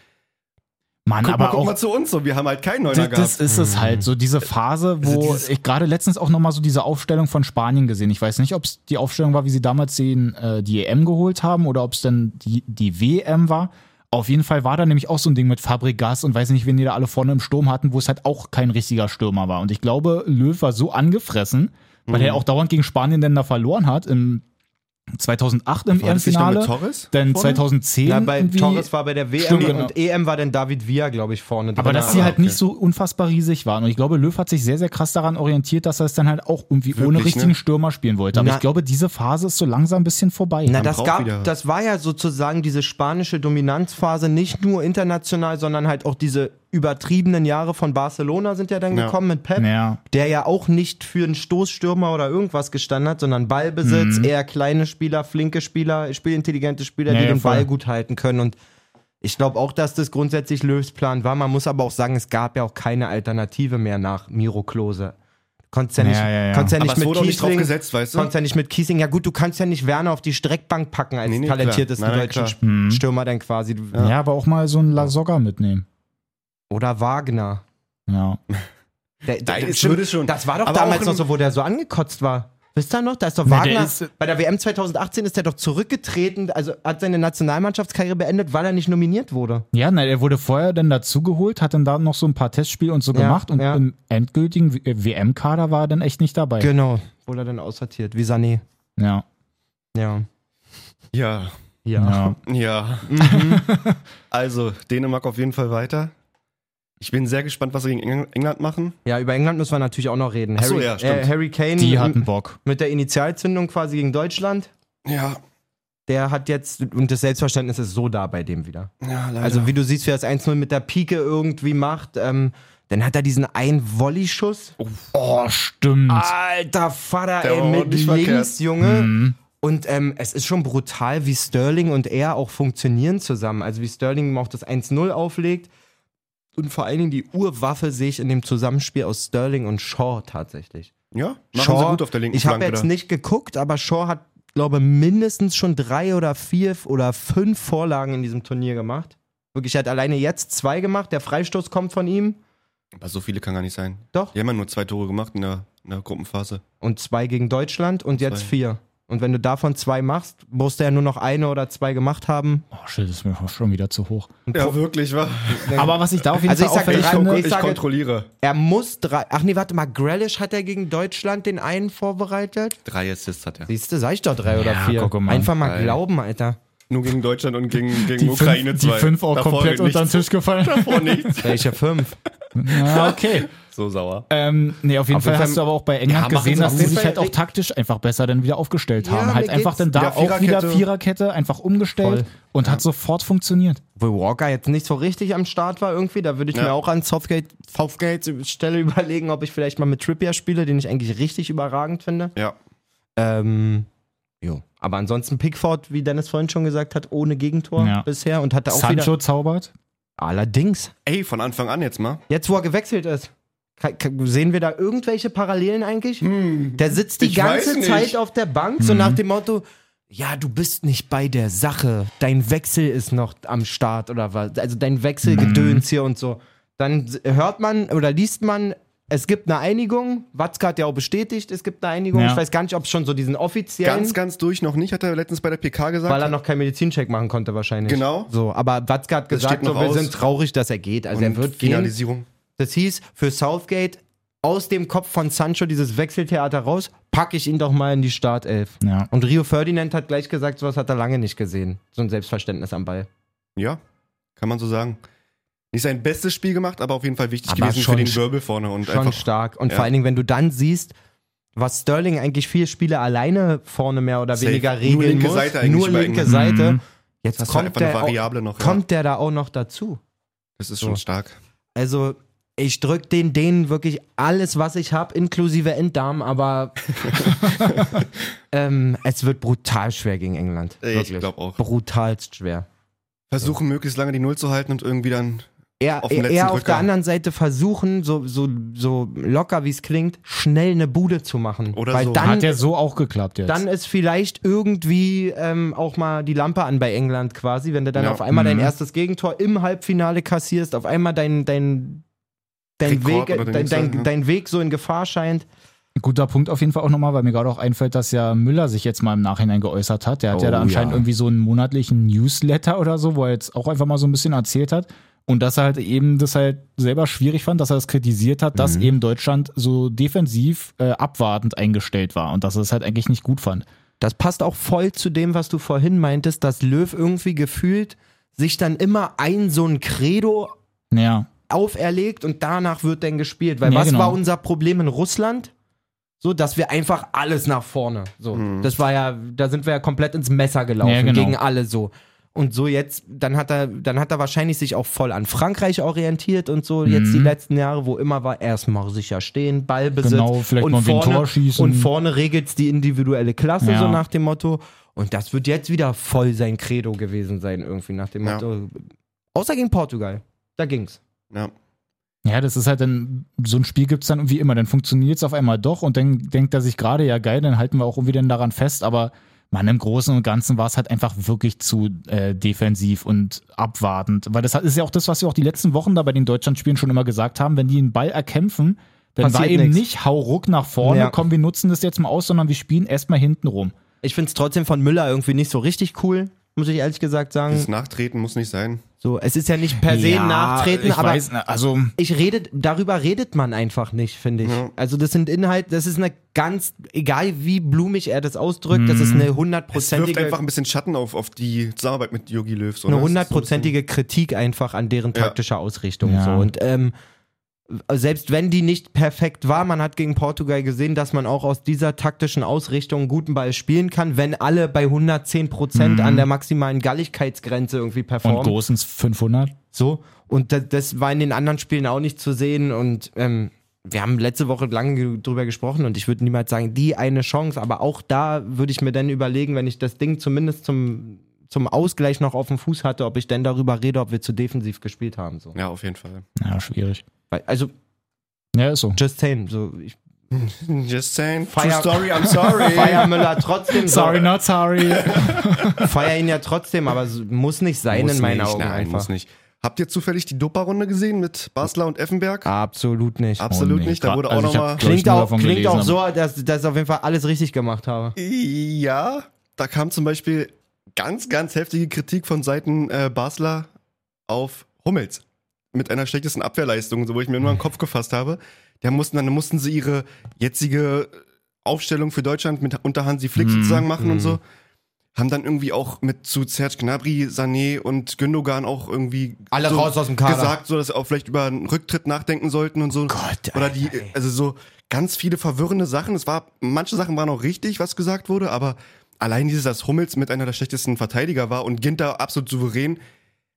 Speaker 1: Mann,
Speaker 3: Guck,
Speaker 1: aber
Speaker 3: mal, guck
Speaker 1: auch
Speaker 3: mal zu uns so, wir haben halt keinen Neuner
Speaker 1: Das,
Speaker 3: gehabt.
Speaker 1: das ist es
Speaker 2: Mhm.
Speaker 1: halt, so diese Phase,
Speaker 2: Also
Speaker 1: wo
Speaker 3: dieses-
Speaker 1: ich gerade letztens auch nochmal so diese Aufstellung von Spanien gesehen. Ich weiß nicht, ob es die Aufstellung war, wie sie damals den, äh, die EM geholt haben oder ob es dann die, die WM war. Auf jeden Fall war da nämlich auch so ein Ding mit Fabregas und weiß nicht, wen die da alle vorne im Sturm hatten, wo es halt auch kein richtiger Stürmer war. Und ich glaube, Löw war so angefressen, weil
Speaker 3: Mhm.
Speaker 1: er auch dauernd gegen Spanien denn da verloren hat im 2008 im
Speaker 3: War das nicht noch mit
Speaker 1: EM-Finale,
Speaker 3: Torres?
Speaker 1: dann
Speaker 3: vorne?
Speaker 1: 2010
Speaker 2: Ja, bei
Speaker 1: irgendwie-
Speaker 2: Torres war bei der WM
Speaker 1: Stimmt, genau.
Speaker 2: und EM war dann David Villa, glaube ich, vorne
Speaker 1: Aber
Speaker 2: drin.
Speaker 1: dass sie halt
Speaker 3: okay.
Speaker 1: nicht so unfassbar riesig waren. Und ich glaube, Löw hat sich sehr, sehr krass daran orientiert, dass er es dann halt auch irgendwie ohne
Speaker 3: Wirklich,
Speaker 1: richtigen
Speaker 3: ne?
Speaker 1: Stürmer spielen wollte. Aber
Speaker 2: Na-
Speaker 1: ich glaube, diese Phase ist so langsam ein bisschen vorbei.
Speaker 2: Na,
Speaker 3: Man
Speaker 2: das
Speaker 3: braucht
Speaker 2: gab,
Speaker 3: wieder-
Speaker 2: das war ja sozusagen diese spanische Dominanzphase, nicht nur international, sondern halt auch diese übertriebenen Jahre von Barcelona sind ja dann
Speaker 3: Ja.
Speaker 2: gekommen mit Pep,
Speaker 1: ja.
Speaker 2: der ja auch nicht für einen Stoßstürmer oder irgendwas gestanden hat, sondern Ballbesitz, eher kleine Spieler, flinke Spieler, spielintelligente Spieler,
Speaker 1: Mhm. Ja,
Speaker 2: die
Speaker 1: ja,
Speaker 2: den
Speaker 1: voll.
Speaker 2: Ball gut halten können und ich glaube auch, dass das grundsätzlich Löws Plan war. Man muss aber auch sagen, es gab ja auch keine Alternative mehr nach Miro Klose. Konntest ja
Speaker 1: Ja,
Speaker 2: nicht,
Speaker 1: ja, ja.
Speaker 2: Konntest ja
Speaker 3: Aber
Speaker 2: nicht
Speaker 3: es
Speaker 2: mit
Speaker 3: wurde auch nicht drauf
Speaker 2: Kiesling,
Speaker 3: gesetzt, weißt
Speaker 2: Du kannst
Speaker 3: du?
Speaker 2: ja nicht mit Kiesing, ja gut, du kannst ja nicht Werner auf die Streckbank packen als
Speaker 3: Nee, nee,
Speaker 2: talentiertesten
Speaker 3: klar. Nein, nein,
Speaker 2: deutschen
Speaker 3: klar. Mhm.
Speaker 2: Sp- Stürmer dann quasi.
Speaker 1: ja. aber auch mal so einen Lasogga mitnehmen.
Speaker 2: Oder Wagner.
Speaker 1: Ja.
Speaker 2: Der, der,
Speaker 3: Nein,
Speaker 2: der-
Speaker 3: es
Speaker 2: stimmt,
Speaker 3: würde schon.
Speaker 2: Das war doch
Speaker 3: Aber
Speaker 2: damals
Speaker 3: auch
Speaker 2: noch
Speaker 3: im-
Speaker 2: so, wo der so angekotzt war. Wisst ihr noch? Da ist doch
Speaker 1: Nee, der
Speaker 2: Wagner.
Speaker 3: äh,
Speaker 1: ist-
Speaker 2: bei der WM 2018 ist der doch zurückgetreten, also hat seine Nationalmannschaftskarriere beendet, weil er nicht nominiert wurde.
Speaker 1: Ja, na, er wurde vorher dann dazugeholt, hat dann da noch so ein paar Testspiele und so
Speaker 2: Ja,
Speaker 1: gemacht und
Speaker 2: ja.
Speaker 1: im endgültigen W- äh, WM-Kader war er dann echt nicht dabei.
Speaker 2: Genau. Wurde er dann aussortiert, wie Sané.
Speaker 1: ja.
Speaker 2: Ja.
Speaker 3: Ja,
Speaker 1: ja.
Speaker 3: Ja. Mhm. also, Dänemark auf jeden Fall weiter. Ich bin sehr gespannt, was sie gegen Engl- England machen.
Speaker 2: Ja, über England müssen wir natürlich auch noch reden.
Speaker 3: Ach so,
Speaker 2: Harry,
Speaker 3: ja, stimmt.
Speaker 2: äh, Harry Kane
Speaker 1: Die
Speaker 2: m-
Speaker 1: hatten Bock.
Speaker 2: mit der Initialzündung quasi gegen Deutschland.
Speaker 3: Ja,
Speaker 2: Der hat jetzt, und das Selbstverständnis ist so da bei dem wieder.
Speaker 3: ja leider.
Speaker 2: Also wie du siehst, wie er das 1-0 mit der Pike irgendwie macht, ähm, dann hat er diesen einen Volley-Schuss.
Speaker 1: Oh, stimmt.
Speaker 2: Ah. Alter Vater,
Speaker 3: Der
Speaker 2: ey,
Speaker 3: war auch
Speaker 2: mit links,
Speaker 3: nicht verkehrt.
Speaker 2: Junge.
Speaker 1: Mhm.
Speaker 2: Und ähm, es ist schon brutal, wie Sterling und er auch funktionieren zusammen. Also wie Sterling ihm auch das 1-0 auflegt. Und vor allen Dingen die Urwaffe sehe ich in dem Zusammenspiel aus Sterling und Shaw tatsächlich.
Speaker 3: ja, machen
Speaker 2: Shaw,
Speaker 3: sie gut auf der linken
Speaker 2: ich habe
Speaker 3: Flanke
Speaker 2: jetzt
Speaker 3: da.
Speaker 2: nicht geguckt, aber Shaw hat, glaube mindestens schon drei oder vier oder fünf Vorlagen in diesem Turnier gemacht. Wirklich, er hat alleine jetzt zwei gemacht. Der Freistoß kommt von ihm.
Speaker 3: Aber so viele kann gar nicht sein.
Speaker 2: Doch.
Speaker 3: Die haben ja nur zwei Tore gemacht in der, in der Gruppenphase.
Speaker 2: Und zwei gegen Deutschland und jetzt
Speaker 3: Zwei.
Speaker 2: vier. Und wenn du davon zwei machst, musst du ja nur noch eine oder zwei gemacht haben.
Speaker 1: Oh shit, das ist mir schon wieder zu hoch.
Speaker 3: Ja, wirklich, wa?
Speaker 1: Aber was ich da auf jeden
Speaker 2: Also ich
Speaker 1: Fall
Speaker 2: sag,
Speaker 1: auffällig
Speaker 2: ich
Speaker 1: finde,
Speaker 2: guck-
Speaker 3: Ich
Speaker 2: sage-
Speaker 3: kontrolliere.
Speaker 2: Er muss drei. Ach nee, warte mal, Grealish hat er gegen Deutschland den einen vorbereitet.
Speaker 3: Drei Assists hat er.
Speaker 2: Siehst du, sag ich doch drei oder
Speaker 1: Ja,
Speaker 2: vier.
Speaker 1: guck mal.
Speaker 2: Einfach mal
Speaker 3: Geil.
Speaker 2: glauben, Alter.
Speaker 3: Nur gegen Deutschland und gegen, gegen
Speaker 1: die
Speaker 3: Ukraine
Speaker 1: fünf, die
Speaker 3: zwei.
Speaker 1: fünf auch
Speaker 3: Davor
Speaker 1: komplett
Speaker 3: nichts.
Speaker 1: unter den Tisch gefallen.
Speaker 3: Davor nichts. Äh,
Speaker 2: Welche fünf?
Speaker 1: Ja, okay.
Speaker 3: So sauer.
Speaker 1: Ähm, nee, auf jeden
Speaker 2: Auf
Speaker 1: Fall
Speaker 2: jeden
Speaker 1: hast
Speaker 2: Fall-
Speaker 1: du aber auch bei England
Speaker 2: machen
Speaker 1: gesehen,
Speaker 2: sie
Speaker 1: dass
Speaker 2: auf
Speaker 1: sie
Speaker 2: jeden
Speaker 1: sich
Speaker 2: Fall
Speaker 1: halt auch
Speaker 2: richtig-
Speaker 1: taktisch einfach besser dann wieder aufgestellt
Speaker 2: Ja,
Speaker 1: haben. Halt
Speaker 2: mir
Speaker 1: einfach
Speaker 2: geht's-
Speaker 1: dann da
Speaker 3: wieder
Speaker 1: auch wieder
Speaker 3: Viererkette.
Speaker 1: Viererkette einfach umgestellt und hat sofort funktioniert.
Speaker 2: Wo Walker jetzt nicht so richtig am Start war irgendwie, da würde ich
Speaker 3: Ja.
Speaker 2: mir auch an Southgate, Southgates Stelle überlegen, ob ich vielleicht mal mit Trippier spiele, den ich eigentlich richtig überragend finde.
Speaker 3: Ja.
Speaker 2: Ähm, jo. Aber ansonsten Pickford, wie Dennis vorhin schon gesagt hat, ohne Gegentor
Speaker 1: Ja.
Speaker 2: bisher und hatte auch
Speaker 1: Sancho
Speaker 2: wieder...
Speaker 1: zaubert.
Speaker 2: Allerdings.
Speaker 3: Ey, von Anfang an jetzt mal.
Speaker 2: Jetzt, wo er gewechselt ist, ka- ka- sehen wir da irgendwelche Parallelen eigentlich? Der sitzt die
Speaker 3: Hm. Ich weiß
Speaker 2: ganze
Speaker 3: nicht.
Speaker 2: Zeit auf der Bank, so nach dem Motto, ja, du bist nicht bei der Sache. Dein Wechsel ist noch am Start oder was. Also dein Wechselgedöns hier und so. Dann s- hört man oder liest man, es gibt eine Einigung. Watzke hat ja auch bestätigt, es gibt eine Einigung.
Speaker 1: Ja.
Speaker 2: Ich weiß gar nicht, ob es schon so diesen offiziellen,
Speaker 3: Ganz, ganz durch noch nicht, hat er letztens bei der PK gesagt.
Speaker 2: weil er noch keinen Medizincheck machen konnte wahrscheinlich.
Speaker 3: Genau.
Speaker 2: So, aber Watzke hat gesagt,
Speaker 3: steht noch
Speaker 2: so, wir
Speaker 3: aus.
Speaker 2: sind traurig, dass er geht. Also
Speaker 3: und
Speaker 2: er wird gehen.
Speaker 3: Finalisierung.
Speaker 2: Das hieß, für Southgate aus dem Kopf von Sancho dieses Wechseltheater raus, packe ich ihn doch mal in die Startelf.
Speaker 1: Ja.
Speaker 2: Und Rio Ferdinand hat gleich gesagt, sowas hat er lange nicht gesehen. So ein Selbstverständnis am Ball.
Speaker 3: Ja, kann man so sagen. Nicht sein bestes Spiel gemacht, aber auf jeden Fall wichtig
Speaker 2: Aber
Speaker 3: gewesen
Speaker 2: schon
Speaker 3: für den
Speaker 2: sch-
Speaker 3: Wirbel vorne und
Speaker 2: Schon
Speaker 3: einfach.
Speaker 2: stark. Und
Speaker 3: ja.
Speaker 2: vor allen Dingen, wenn du dann siehst, was Sterling eigentlich vier Spiele alleine vorne mehr oder
Speaker 3: Safe.
Speaker 2: weniger
Speaker 3: Nur
Speaker 2: regeln
Speaker 3: linke
Speaker 2: muss.
Speaker 3: Seite eigentlich
Speaker 2: nur
Speaker 3: bei
Speaker 2: linke
Speaker 3: England.
Speaker 2: Seite.
Speaker 1: Mhm.
Speaker 2: Jetzt
Speaker 3: Das war
Speaker 2: kommt,
Speaker 3: einfach
Speaker 2: der
Speaker 3: eine Variable
Speaker 2: auch,
Speaker 3: noch. ja.
Speaker 2: kommt der da auch noch dazu.
Speaker 3: Das ist
Speaker 2: so.
Speaker 3: schon stark.
Speaker 2: Also, ich drück den denen wirklich alles, was ich habe, inklusive Enddarm, aber ähm, es wird brutal schwer gegen England.
Speaker 3: Ey, Ich
Speaker 2: Wirklich.
Speaker 3: glaube auch.
Speaker 2: Brutalst schwer.
Speaker 3: Versuchen möglichst lange die Null zu halten und irgendwie dann.
Speaker 2: Eher,
Speaker 3: Auf
Speaker 2: auf,
Speaker 3: dem letzten
Speaker 2: eher auf
Speaker 3: Drücker.
Speaker 2: der anderen Seite versuchen, so, so, so locker wie es klingt, schnell eine Bude zu machen.
Speaker 3: Oder
Speaker 2: Weil
Speaker 3: so.
Speaker 2: dann,
Speaker 1: Hat ja so auch geklappt jetzt.
Speaker 2: dann ist vielleicht irgendwie ähm, auch mal die Lampe an bei England quasi, wenn du dann
Speaker 3: Ja.
Speaker 2: auf einmal dein
Speaker 1: Mhm.
Speaker 2: erstes Gegentor im Halbfinale kassierst, auf einmal dein, dein, dein,
Speaker 3: Rekord
Speaker 2: Weg,
Speaker 3: oder den
Speaker 2: dein,
Speaker 3: nächsten,
Speaker 2: dein,
Speaker 3: ja.
Speaker 2: dein Weg so in Gefahr scheint.
Speaker 1: Guter Punkt auf jeden Fall auch nochmal, weil mir gerade auch einfällt, dass ja Müller sich jetzt mal im Nachhinein geäußert hat. Der hat ja
Speaker 2: Oh,
Speaker 1: da anscheinend
Speaker 2: ja.
Speaker 1: irgendwie so einen monatlichen Newsletter oder so, wo er jetzt auch einfach mal so ein bisschen erzählt hat. Und dass er halt eben das halt selber schwierig fand, dass er das kritisiert hat,
Speaker 2: Mhm.
Speaker 1: dass eben Deutschland so defensiv äh, abwartend eingestellt war und dass er es halt eigentlich nicht gut fand.
Speaker 2: Das passt auch voll zu dem, was du vorhin meintest, dass Löw irgendwie gefühlt sich dann immer ein so ein Credo
Speaker 1: Ja.
Speaker 2: auferlegt und danach wird dann gespielt. Weil
Speaker 1: Ja,
Speaker 2: was
Speaker 1: genau.
Speaker 2: war unser Problem in Russland? So, dass wir einfach alles nach vorne. So, das war ja, da sind wir ja komplett ins Messer gelaufen
Speaker 1: Ja, genau.
Speaker 2: gegen alle so. Und so jetzt, dann hat er, dann hat er wahrscheinlich sich auch voll an Frankreich orientiert und so.
Speaker 1: Mhm.
Speaker 2: Jetzt die letzten Jahre, wo immer war, erstmal sicher stehen, Ballbesitz
Speaker 1: Genau, vielleicht
Speaker 2: und
Speaker 1: mal wegen
Speaker 2: vorne,
Speaker 1: Tor schießen.
Speaker 2: und vorne regelt's die individuelle Klasse
Speaker 1: Ja.
Speaker 2: so nach dem Motto. Und das wird jetzt wieder voll sein Credo gewesen sein irgendwie nach dem
Speaker 3: Ja.
Speaker 2: Motto. Außer gegen Portugal, da ging's.
Speaker 3: Ja.
Speaker 1: Ja, das ist halt dann, so ein Spiel gibt's dann wie immer, dann funktioniert's auf einmal doch und dann denkt er sich gerade, ja geil, dann halten wir auch irgendwie dann daran fest, aber man, im Großen und Ganzen war es halt einfach wirklich zu äh, defensiv und abwartend, weil das hat- ist ja auch das, was wir auch die letzten Wochen da bei den Deutschlandspielen schon immer gesagt haben, wenn die einen Ball erkämpfen, dann war
Speaker 2: Passiert
Speaker 1: eben
Speaker 2: nix.
Speaker 1: nicht hau ruck nach vorne,
Speaker 2: Ja.
Speaker 1: komm, wir nutzen das jetzt mal aus, sondern wir spielen erstmal hinten rum.
Speaker 2: Ich find's trotzdem von Müller irgendwie nicht so richtig cool, muss ich ehrlich gesagt sagen.
Speaker 3: Das Nachtreten muss nicht sein.
Speaker 2: So, es ist ja nicht per se
Speaker 1: Ja,
Speaker 2: nachtreten,
Speaker 1: ich
Speaker 2: aber
Speaker 1: weiß, ne, also
Speaker 2: ich rede, darüber redet man einfach nicht, finde ich.
Speaker 3: Ja.
Speaker 2: Also das sind Inhalte, das ist eine ganz, egal wie blumig er das ausdrückt, das ist eine
Speaker 3: Mhm. Es wirft
Speaker 2: hundertprozentige,
Speaker 3: einfach ein bisschen Schatten auf, auf die Zusammenarbeit mit Yogi Löw. so,
Speaker 2: eine
Speaker 3: ne? Das ist so ein
Speaker 2: hundertprozentige Kritik einfach an deren
Speaker 3: Ja.
Speaker 2: taktischer Ausrichtung.
Speaker 1: Ja.
Speaker 2: So. Und ähm, selbst wenn die nicht perfekt war, man hat gegen Portugal gesehen, dass man auch aus dieser taktischen Ausrichtung einen guten Ball spielen kann, wenn alle bei 110 Prozent an der maximalen Galligkeitsgrenze irgendwie
Speaker 1: Mhm. und
Speaker 2: performen.
Speaker 1: großens 500.
Speaker 2: So, und das, das war in den anderen Spielen auch nicht zu sehen. Und ähm, wir haben letzte Woche lange ge- drüber gesprochen und ich würde niemals sagen, die eine Chance, aber auch da würde ich mir dann überlegen, wenn ich das Ding zumindest zum, zum Ausgleich noch auf dem Fuß hatte, ob ich denn darüber rede, ob wir zu defensiv gespielt haben. So.
Speaker 3: bisschen- Ja, auf jeden Fall.
Speaker 1: Ja, schwierig.
Speaker 2: Weil- Also,
Speaker 1: Ja, ist so.
Speaker 2: just saying, so ich
Speaker 3: Just saying.
Speaker 2: Fire-
Speaker 3: True story, I'm sorry.
Speaker 2: feier Müller trotzdem. so.
Speaker 1: Sorry, not sorry.
Speaker 2: Feier ihn ja trotzdem, aber es muss nicht sein
Speaker 3: Muss
Speaker 2: in meinen
Speaker 3: nicht,
Speaker 2: Augen
Speaker 3: Nein,
Speaker 2: einfach.
Speaker 3: muss nicht. Habt ihr zufällig die Dopa-Runde gesehen mit Basler und Effenberg?
Speaker 2: Ah, Absolut nicht.
Speaker 3: Absolut
Speaker 1: nee,
Speaker 3: nicht. Da
Speaker 1: gra-
Speaker 3: wurde auch
Speaker 1: also ich hab
Speaker 3: nochmal.
Speaker 1: glaub ich,
Speaker 2: Klingt,
Speaker 1: nur
Speaker 2: auch,
Speaker 1: davon
Speaker 2: klingt
Speaker 1: gelesen,
Speaker 2: auch
Speaker 1: aber-
Speaker 2: so, dass, dass ich auf jeden Fall alles richtig gemacht habe.
Speaker 3: Ja, da kam zum Beispiel ganz, ganz heftige Kritik von Seiten äh, Basler auf Hummels. Mit einer schlechtesten Abwehrleistung, so wo ich
Speaker 2: Mhm.
Speaker 3: mir immer im Kopf gefasst habe. Da mussten, dann mussten sie ihre jetzige Aufstellung für Deutschland mit unter Hansi Flick
Speaker 1: Mhm.
Speaker 3: sozusagen machen und
Speaker 2: Mhm.
Speaker 3: so. Haben dann irgendwie auch mit zu Serge Gnabry, Sané und Gündogan auch irgendwie
Speaker 2: Alle
Speaker 3: so
Speaker 2: raus aus dem Kader.
Speaker 3: gesagt, so dass sie auch vielleicht über einen Rücktritt nachdenken sollten und so.
Speaker 2: Gott,
Speaker 3: Oder die,
Speaker 2: Alter, ey.
Speaker 3: also so ganz viele verwirrende Sachen. Es war, manche Sachen waren auch richtig, was gesagt wurde, aber allein dieses, dass Hummels mit einer der schlechtesten Verteidiger war und Ginter absolut souverän.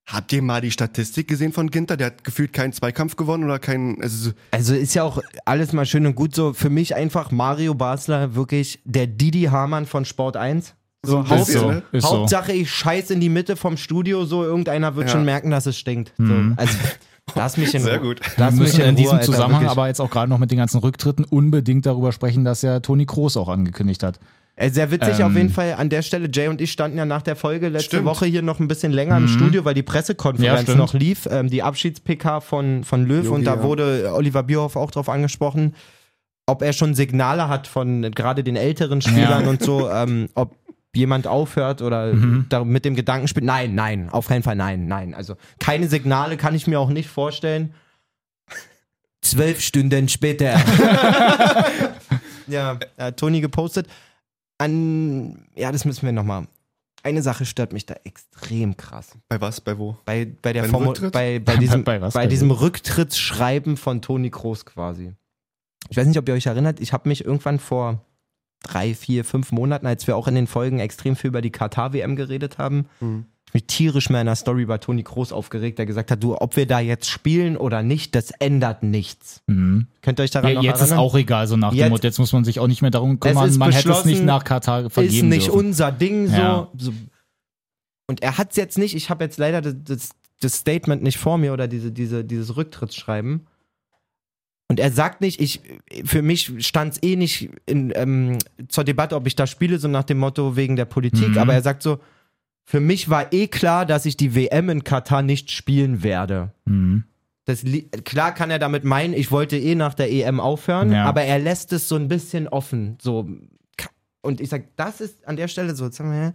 Speaker 3: Habt ihr mal die Statistik gesehen von Ginter? Der hat gefühlt keinen Zweikampf gewonnen oder keinen, also so-
Speaker 2: Also ist ja auch alles mal schön und gut so. Für mich einfach Mario Basler wirklich der Didi Hamann von Sport 1. So,
Speaker 3: ein bisschen,
Speaker 2: Haupt-
Speaker 3: ne?
Speaker 1: Ist so.
Speaker 2: Hauptsache ich scheiß in die Mitte vom Studio, so irgendeiner wird
Speaker 3: Ja.
Speaker 2: schon merken, dass es stinkt.
Speaker 1: Mhm.
Speaker 2: So, also lass mich in
Speaker 3: Sehr
Speaker 2: Ruhe.
Speaker 3: gut.
Speaker 1: Wir
Speaker 2: Lass mich
Speaker 1: müssen in,
Speaker 2: Ruhe,
Speaker 1: diesem
Speaker 2: Alter,
Speaker 1: Zusammenhang
Speaker 2: wirklich.
Speaker 1: aber jetzt auch gerade noch mit den ganzen Rücktritten unbedingt darüber sprechen, dass ja Toni Kroos auch angekündigt hat.
Speaker 2: Äh, Sehr witzig
Speaker 1: Ähm.
Speaker 2: auf jeden Fall an der Stelle. Jay und ich standen ja nach der Folge letzte
Speaker 3: Stimmt.
Speaker 2: Woche hier noch ein bisschen länger im Studio, weil die
Speaker 1: Mhm. Ja,
Speaker 2: Pressekonferenz
Speaker 1: stimmt.
Speaker 2: noch lief. Ähm, die Abschieds-PK von, von Löw
Speaker 3: Jogi,
Speaker 2: und da
Speaker 3: ja.
Speaker 2: wurde Oliver Bierhoff auch drauf angesprochen, ob er schon Signale hat von gerade den älteren Spielern
Speaker 1: Ja.
Speaker 2: und so, ähm, ob jemand aufhört oder da mit dem Gedanken spielt. Nein, nein, auf keinen Fall nein, nein. Also keine Signale kann ich mir auch nicht vorstellen. Zwölf Stunden später. ja, äh, Toni gepostet. An, ja, das müssen wir nochmal. Eine Sache stört mich da extrem krass.
Speaker 3: Bei was, bei wo?
Speaker 2: Bei, bei der
Speaker 3: Beim
Speaker 2: Formel,
Speaker 3: Rücktritt?
Speaker 2: bei, bei diesem,
Speaker 1: Bei
Speaker 2: bei,
Speaker 1: was? Bei
Speaker 2: diesem Rücktrittsschreiben von Toni Kroos quasi. Ich weiß nicht, ob ihr euch erinnert, ich habe mich irgendwann vor drei, vier, fünf Monaten, als wir auch in den Folgen extrem viel über die Katar-WM geredet haben,
Speaker 3: Mhm.
Speaker 2: ich mich tierisch mehr in der Story über Toni Kroos aufgeregt, der gesagt hat, du, ob wir da jetzt spielen oder nicht, das ändert nichts.
Speaker 1: Mhm.
Speaker 2: Könnt ihr euch daran
Speaker 1: Ja,
Speaker 2: noch
Speaker 1: jetzt ist
Speaker 2: erinnern?
Speaker 1: auch egal, so nach dem
Speaker 2: Jetzt-
Speaker 1: Motto, jetzt muss man sich auch nicht mehr darum kümmern,
Speaker 2: ist
Speaker 1: man hätte es nicht
Speaker 2: beschlossen,
Speaker 1: nach Katar vergeben
Speaker 2: ist nicht
Speaker 1: dürfen.
Speaker 2: unser Ding so.
Speaker 1: Ja.
Speaker 2: so. Und er hat es jetzt nicht, ich habe jetzt leider das- das, das Statement nicht vor mir oder diese, diese, dieses Rücktrittsschreiben. Und er sagt nicht, ich, für mich stand es eh nicht in, ähm, zur Debatte, ob ich da spiele, so nach dem Motto wegen der Politik,
Speaker 1: Mhm.
Speaker 2: aber er sagt so, für mich war eh klar, dass ich die WM in Katar nicht spielen werde.
Speaker 1: Mhm.
Speaker 2: Das, li- klar kann er damit meinen, ich wollte eh nach der EM aufhören,
Speaker 1: Ja.
Speaker 2: aber er lässt es so ein bisschen offen. So. ka- Und ich sag, das ist an der Stelle so. Jetzt haben wir ja-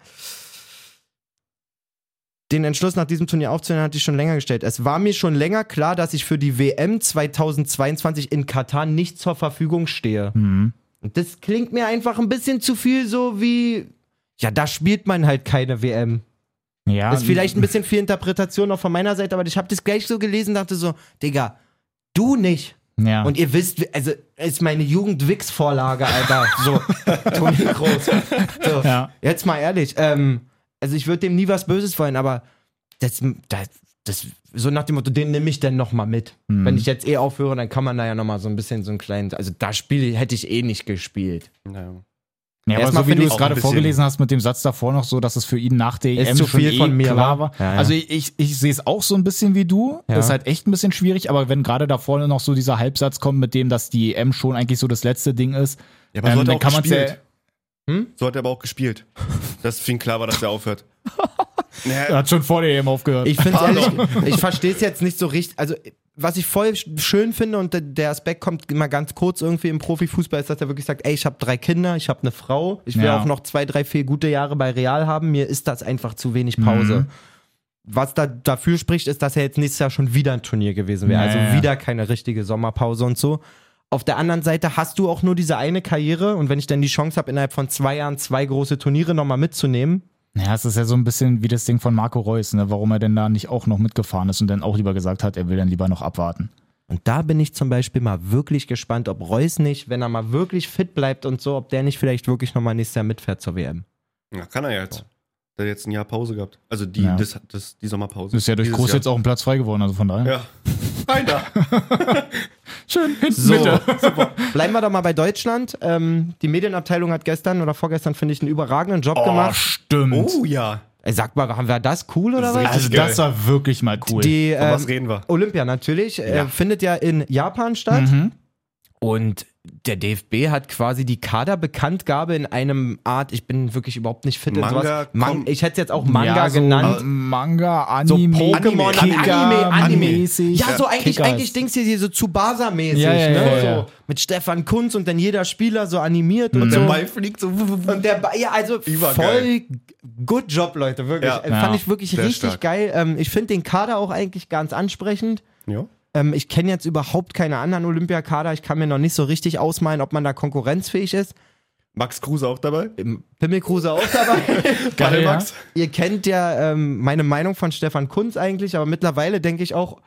Speaker 2: den Entschluss nach diesem Turnier aufzunehmen, hatte ich schon länger gestellt. Es war mir schon länger klar, dass ich für die WM 2022 in Katar nicht zur Verfügung stehe.
Speaker 1: Mhm.
Speaker 2: Und das klingt mir einfach ein bisschen zu viel so wie, ja, da spielt man halt keine WM.
Speaker 1: Ja,
Speaker 2: Das ist vielleicht ein bisschen viel Interpretation auch von meiner Seite, aber ich habe das gleich so gelesen, dachte so, Digga, du nicht.
Speaker 1: ja.
Speaker 2: Und ihr wisst, also ist meine Jugend-Wix-Vorlage, Alter. So, Toni Groß. So,
Speaker 1: Ja.
Speaker 2: Jetzt mal ehrlich, ähm, also ich würde dem nie was Böses wollen, aber das, das, das so nach dem Motto, den nehme ich denn nochmal mit.
Speaker 1: Mhm.
Speaker 2: Wenn ich jetzt eh aufhöre, dann kann man da ja nochmal so ein bisschen so einen kleinen, also das Spiel hätte ich eh nicht gespielt.
Speaker 3: Naja.
Speaker 1: Ja, aber
Speaker 2: Erstmal
Speaker 1: so wie
Speaker 2: finde
Speaker 1: du
Speaker 2: ich
Speaker 1: es
Speaker 3: auch
Speaker 1: gerade
Speaker 3: ein bisschen-
Speaker 1: vorgelesen hast mit dem Satz davor noch so, dass es für ihn nach der
Speaker 2: Ist
Speaker 1: EM
Speaker 2: zu
Speaker 1: schon
Speaker 2: viel
Speaker 1: eh
Speaker 2: von mir,
Speaker 1: klar
Speaker 2: wa?
Speaker 1: war.
Speaker 2: Ja, ja.
Speaker 1: Also ich, ich, ich sehe es auch so ein bisschen wie du.
Speaker 2: Ja.
Speaker 1: Das ist halt echt ein bisschen schwierig, aber wenn gerade da vorne noch so dieser Halbsatz kommt mit dem, dass die EM schon eigentlich so das letzte Ding ist,
Speaker 3: Ja,
Speaker 1: ähm,
Speaker 3: aber so hat er
Speaker 1: dann
Speaker 3: auch
Speaker 1: kann man es ja...
Speaker 3: gespielt. So hat er aber auch gespielt. Dass für ihn klar war, dass er aufhört.
Speaker 1: Er
Speaker 3: Naja,
Speaker 1: hat schon vor der EM aufgehört.
Speaker 2: Ich finde
Speaker 3: Pardon.
Speaker 2: ehrlich, ich verstehe es jetzt nicht so richtig. Also, was ich voll sch- schön finde und der- der Aspekt kommt immer ganz kurz irgendwie im Profifußball, ist, dass er wirklich sagt, ey, ich habe drei Kinder, ich habe eine Frau, ich will
Speaker 1: Ja.
Speaker 2: auch noch zwei, drei, vier gute Jahre bei Real haben, mir ist das einfach zu wenig
Speaker 1: Mhm.
Speaker 2: Pause. Was da dafür spricht, ist, dass er jetzt nächstes Jahr schon wieder ein Turnier gewesen wäre. Also
Speaker 1: Naja.
Speaker 2: wieder keine richtige Sommerpause und so. Auf der anderen Seite hast du auch nur diese eine Karriere und wenn ich dann die Chance habe, innerhalb von zwei Jahren zwei große Turniere nochmal mitzunehmen,
Speaker 1: Ja, es ist ja so ein bisschen wie das Ding von Marco Reus, ne? warum er denn da nicht auch noch mitgefahren ist und dann auch lieber gesagt hat, er will dann lieber noch abwarten.
Speaker 2: Und da bin ich zum Beispiel mal wirklich gespannt, ob Reus nicht, wenn er mal wirklich fit bleibt und so, ob der nicht vielleicht wirklich nochmal nächstes Jahr mitfährt zur WM.
Speaker 3: ja, kann er jetzt. Der hat jetzt ein Jahr Pause gehabt. Also die,
Speaker 1: Ja.
Speaker 3: das, das, die Sommerpause.
Speaker 1: Ist ja durch
Speaker 3: Dieses
Speaker 1: Groß
Speaker 3: Jahr.
Speaker 1: jetzt auch ein Platz frei geworden, also von daher.
Speaker 3: Ja. Rein da.
Speaker 1: Schön, hinten
Speaker 2: So,
Speaker 1: Mitte.
Speaker 2: super. Bleiben wir doch mal bei Deutschland. Ähm, die Medienabteilung hat gestern oder vorgestern, finde ich, einen überragenden Job
Speaker 1: Oh,
Speaker 2: gemacht.
Speaker 1: stimmt.
Speaker 3: Oh ja.
Speaker 2: Ey, sag mal, haben wir das cool oder
Speaker 3: Das
Speaker 2: was?
Speaker 3: ist
Speaker 1: also
Speaker 3: richtig
Speaker 1: das
Speaker 3: geil.
Speaker 1: war wirklich mal cool.
Speaker 2: Die
Speaker 3: Von was
Speaker 2: ähm,
Speaker 3: reden wir?
Speaker 2: Olympia natürlich äh, findet ja in Japan statt. Und der DFB hat quasi die Kaderbekanntgabe in einem Art, ich bin wirklich überhaupt nicht fit
Speaker 3: Manga,
Speaker 2: in sowas. Man-
Speaker 3: komm.
Speaker 2: ich hätte es jetzt auch Manga
Speaker 1: so äh,
Speaker 2: genannt.
Speaker 1: Manga, Anime,
Speaker 2: So Pokémon, Anime, Anime.
Speaker 1: mäßig.
Speaker 2: Ja, so eigentlich,
Speaker 1: Kickers.
Speaker 2: eigentlich Dings hier, hier so Tsubasa-mäßig,
Speaker 1: Ja, ja,
Speaker 2: ne?
Speaker 1: ja,
Speaker 2: so
Speaker 1: ja.
Speaker 2: mit Stefan Kunz und dann jeder Spieler so animiert und so.
Speaker 3: Mhm. Der Ball fliegt so.
Speaker 2: Und der, Ba- ja, also voll
Speaker 3: Übergeil.
Speaker 2: good job, Leute, wirklich.
Speaker 3: Ja.
Speaker 2: Äh,
Speaker 1: Ja.
Speaker 2: Fand ich wirklich
Speaker 3: Sehr
Speaker 2: richtig
Speaker 3: stark.
Speaker 2: geil. Ähm, ich finde den Kader auch eigentlich ganz ansprechend.
Speaker 3: Ja.
Speaker 2: Ähm, ich kenne jetzt überhaupt keine anderen Olympiakader. Ich kann mir noch nicht so richtig ausmalen, ob man da konkurrenzfähig ist.
Speaker 3: Max Kruse auch dabei.
Speaker 2: Ähm, Pimmelkruse auch dabei.
Speaker 1: Geil,
Speaker 3: Geil,
Speaker 1: ja.
Speaker 3: Max.
Speaker 2: Ihr kennt ja ähm, meine Meinung von Stefan Kunz eigentlich, aber mittlerweile denke ich auch,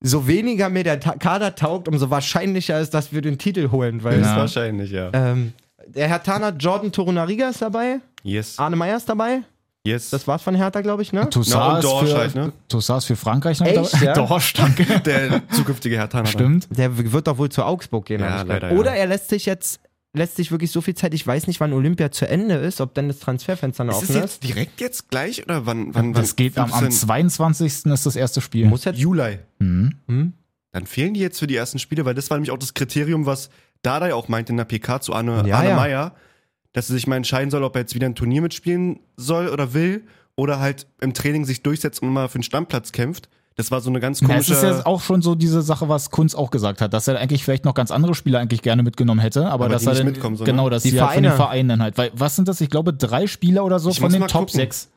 Speaker 2: so weniger mir der Ta Kader taugt, umso wahrscheinlicher ist, dass wir den Titel holen, weil
Speaker 1: Ja.
Speaker 3: Wahrscheinlich, ja.
Speaker 2: ähm, der Herr Tana Jordan Torunariga ist dabei,
Speaker 3: Yes.
Speaker 1: ah,
Speaker 2: Arne Meyer ist dabei.
Speaker 3: Yes.
Speaker 2: Das war's von Hertha, glaube ich, ne?
Speaker 3: Na,
Speaker 1: Toussaint
Speaker 3: und
Speaker 1: ist
Speaker 3: Dorsch
Speaker 1: für,
Speaker 3: halt, ne?
Speaker 1: Toussaint ist für Frankreich noch
Speaker 2: Echt,
Speaker 1: dabei.
Speaker 2: ja?
Speaker 1: Dorsch, danke.
Speaker 3: der zukünftige Herr Tanner.
Speaker 1: Stimmt.
Speaker 2: Der wird doch wohl zu Augsburg gehen.
Speaker 3: Ja,
Speaker 2: hab ich gehört.
Speaker 3: leider, ja.
Speaker 2: Oder er lässt sich jetzt lässt sich wirklich so viel Zeit. Ich weiß nicht, wann Olympia zu Ende ist, ob dann das Transferfenster noch
Speaker 3: Ist es
Speaker 2: offen ist.
Speaker 3: jetzt direkt jetzt gleich oder wann? wann
Speaker 1: Das
Speaker 3: wann
Speaker 1: geht am, am
Speaker 3: 15.
Speaker 1: 22. ist das erste Spiel.
Speaker 2: Muss jetzt.
Speaker 3: Juli.
Speaker 1: Mhm.
Speaker 2: Hm?
Speaker 3: Dann fehlen die jetzt für die ersten Spiele, weil das war nämlich auch das Kriterium, was Dardai auch meinte in der PK zu Anne,
Speaker 2: Ja,
Speaker 3: Anne
Speaker 2: ja.
Speaker 3: Meyer, dass er sich mal entscheiden soll, ob er jetzt wieder ein Turnier mitspielen soll oder will oder halt im Training sich durchsetzt und mal für den Stammplatz kämpft. Das war so eine ganz
Speaker 1: Ja, es
Speaker 3: komische.
Speaker 1: ist ja auch schon so diese Sache, was Kunz auch gesagt hat, dass er eigentlich vielleicht noch ganz andere Spieler eigentlich gerne mitgenommen hätte, aber,
Speaker 3: Aber
Speaker 1: dass
Speaker 3: die
Speaker 1: er
Speaker 3: nicht
Speaker 1: dann,
Speaker 3: mitkommen, so, ne?
Speaker 1: genau, dass
Speaker 2: Die
Speaker 1: die, halt von den
Speaker 2: Vereine.
Speaker 1: Vereinen dann halt, weil was sind das? Ich glaube drei Spieler oder so
Speaker 3: Ich
Speaker 1: von
Speaker 3: muss
Speaker 1: den
Speaker 3: mal
Speaker 1: Top
Speaker 3: gucken.
Speaker 1: sechs.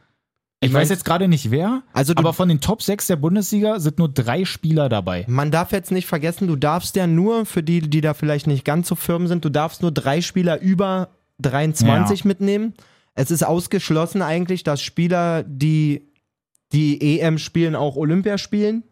Speaker 1: Ich
Speaker 2: Ich
Speaker 1: weiß
Speaker 2: mein-
Speaker 1: jetzt gerade nicht wer,
Speaker 2: Also du,
Speaker 1: aber von den Top sechs der Bundesliga sind nur drei Spieler dabei.
Speaker 2: man darf jetzt nicht vergessen, du darfst ja nur für die, die da vielleicht nicht ganz so firm sind, du darfst nur drei Spieler über 23 mitnehmen. Es ist ausgeschlossen eigentlich, dass Spieler, die die EM spielen, auch Olympia spielen.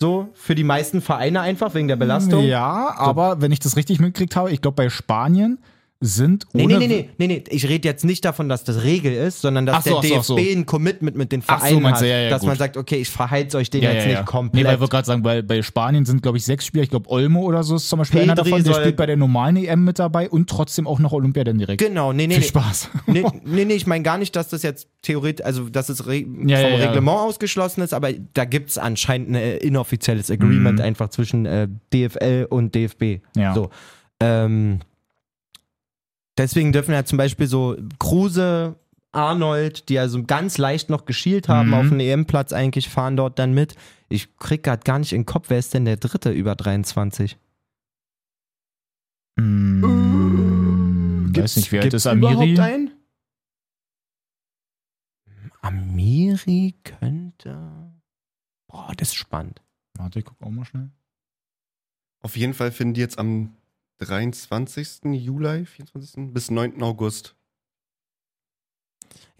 Speaker 2: So, für die meisten Vereine einfach wegen der Belastung.
Speaker 1: Ja, aber wenn ich das richtig mitgekriegt habe, ich glaube bei Spanien sind
Speaker 2: Nee,
Speaker 1: ohne
Speaker 2: nee, nee, nee, nee, nee, ich rede jetzt nicht davon, dass das Regel ist, sondern dass
Speaker 1: Ach so,
Speaker 2: der
Speaker 1: ach so,
Speaker 2: DFB
Speaker 1: ach so.
Speaker 2: ein Commitment mit den
Speaker 1: Ach so,
Speaker 2: Vereinen
Speaker 1: meinst
Speaker 2: hat,
Speaker 1: du, ja, ja,
Speaker 2: dass
Speaker 1: gut.
Speaker 2: man sagt, okay, ich verhalte euch den jetzt nicht komplett.
Speaker 1: Nee, weil ich wollte gerade sagen, bei, bei Spanien sind, glaube ich, sechs Spieler. Ich glaube, Olmo oder so ist zum Beispiel einer
Speaker 2: Pedri
Speaker 1: davon. Der
Speaker 2: soll-
Speaker 1: spielt bei der normalen EM mit dabei und trotzdem auch noch Olympia dann direkt.
Speaker 2: genau, nee, nee,
Speaker 1: Viel
Speaker 2: nee.
Speaker 1: Spaß.
Speaker 2: Nee, nee, nee, ich meine gar nicht, dass das jetzt theoretisch, also dass es re vom
Speaker 1: Ja, ja, ja.
Speaker 2: Reglement ausgeschlossen ist, aber da gibt es anscheinend ein äh, inoffizielles
Speaker 1: Mhm.
Speaker 2: Agreement einfach zwischen äh, DFL und DFB.
Speaker 1: Ja.
Speaker 2: So. Ähm, deswegen dürfen ja zum Beispiel so Kruse, Arnold, die ja so ganz leicht noch geschielt haben
Speaker 1: Mhm.
Speaker 2: auf den EM-Platz eigentlich, fahren dort dann mit. Ich krieg gerade gar nicht in den Kopf, wer ist denn der dritte über 23?
Speaker 1: Hm, weiß nicht, wer alt
Speaker 2: gibt's
Speaker 1: ist Amiri?
Speaker 2: überhaupt einen? Amiri könnte. Boah, das ist spannend.
Speaker 1: Warte, ich guck auch mal schnell.
Speaker 3: Auf jeden Fall finden die jetzt am 23. Juli, 24. bis 9. August.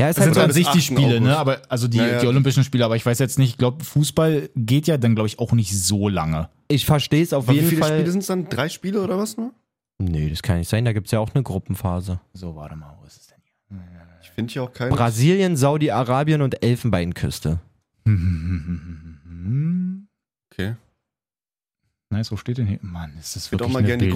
Speaker 2: Ja, ist
Speaker 1: Das sind
Speaker 2: halt so,
Speaker 3: Oder
Speaker 1: an
Speaker 3: bis
Speaker 1: sich die
Speaker 3: 8.
Speaker 1: Spiele, ne?
Speaker 3: August.
Speaker 1: Aber also die,
Speaker 3: Ja, ja.
Speaker 1: die Olympischen Spiele, aber ich weiß jetzt nicht, ich glaube, Fußball geht ja dann, glaube ich, auch nicht so lange.
Speaker 2: ich verstehe es auf
Speaker 3: Aber wie
Speaker 2: jeden
Speaker 3: viele
Speaker 2: Fall.
Speaker 3: Spiele sind es dann? Drei Spiele oder was nur?
Speaker 2: nee, das kann nicht sein, da gibt es ja auch eine Gruppenphase.
Speaker 1: So, warte mal, wo ist es denn
Speaker 3: Ich finde hier auch keinen.
Speaker 2: Brasilien, Saudi-Arabien und Elfenbeinküste.
Speaker 1: hier?
Speaker 3: Okay.
Speaker 1: Nice, wo steht denn hier? Mann, ist das
Speaker 3: Ich würde auch
Speaker 1: wirklich
Speaker 3: mal
Speaker 1: eine
Speaker 3: gerne die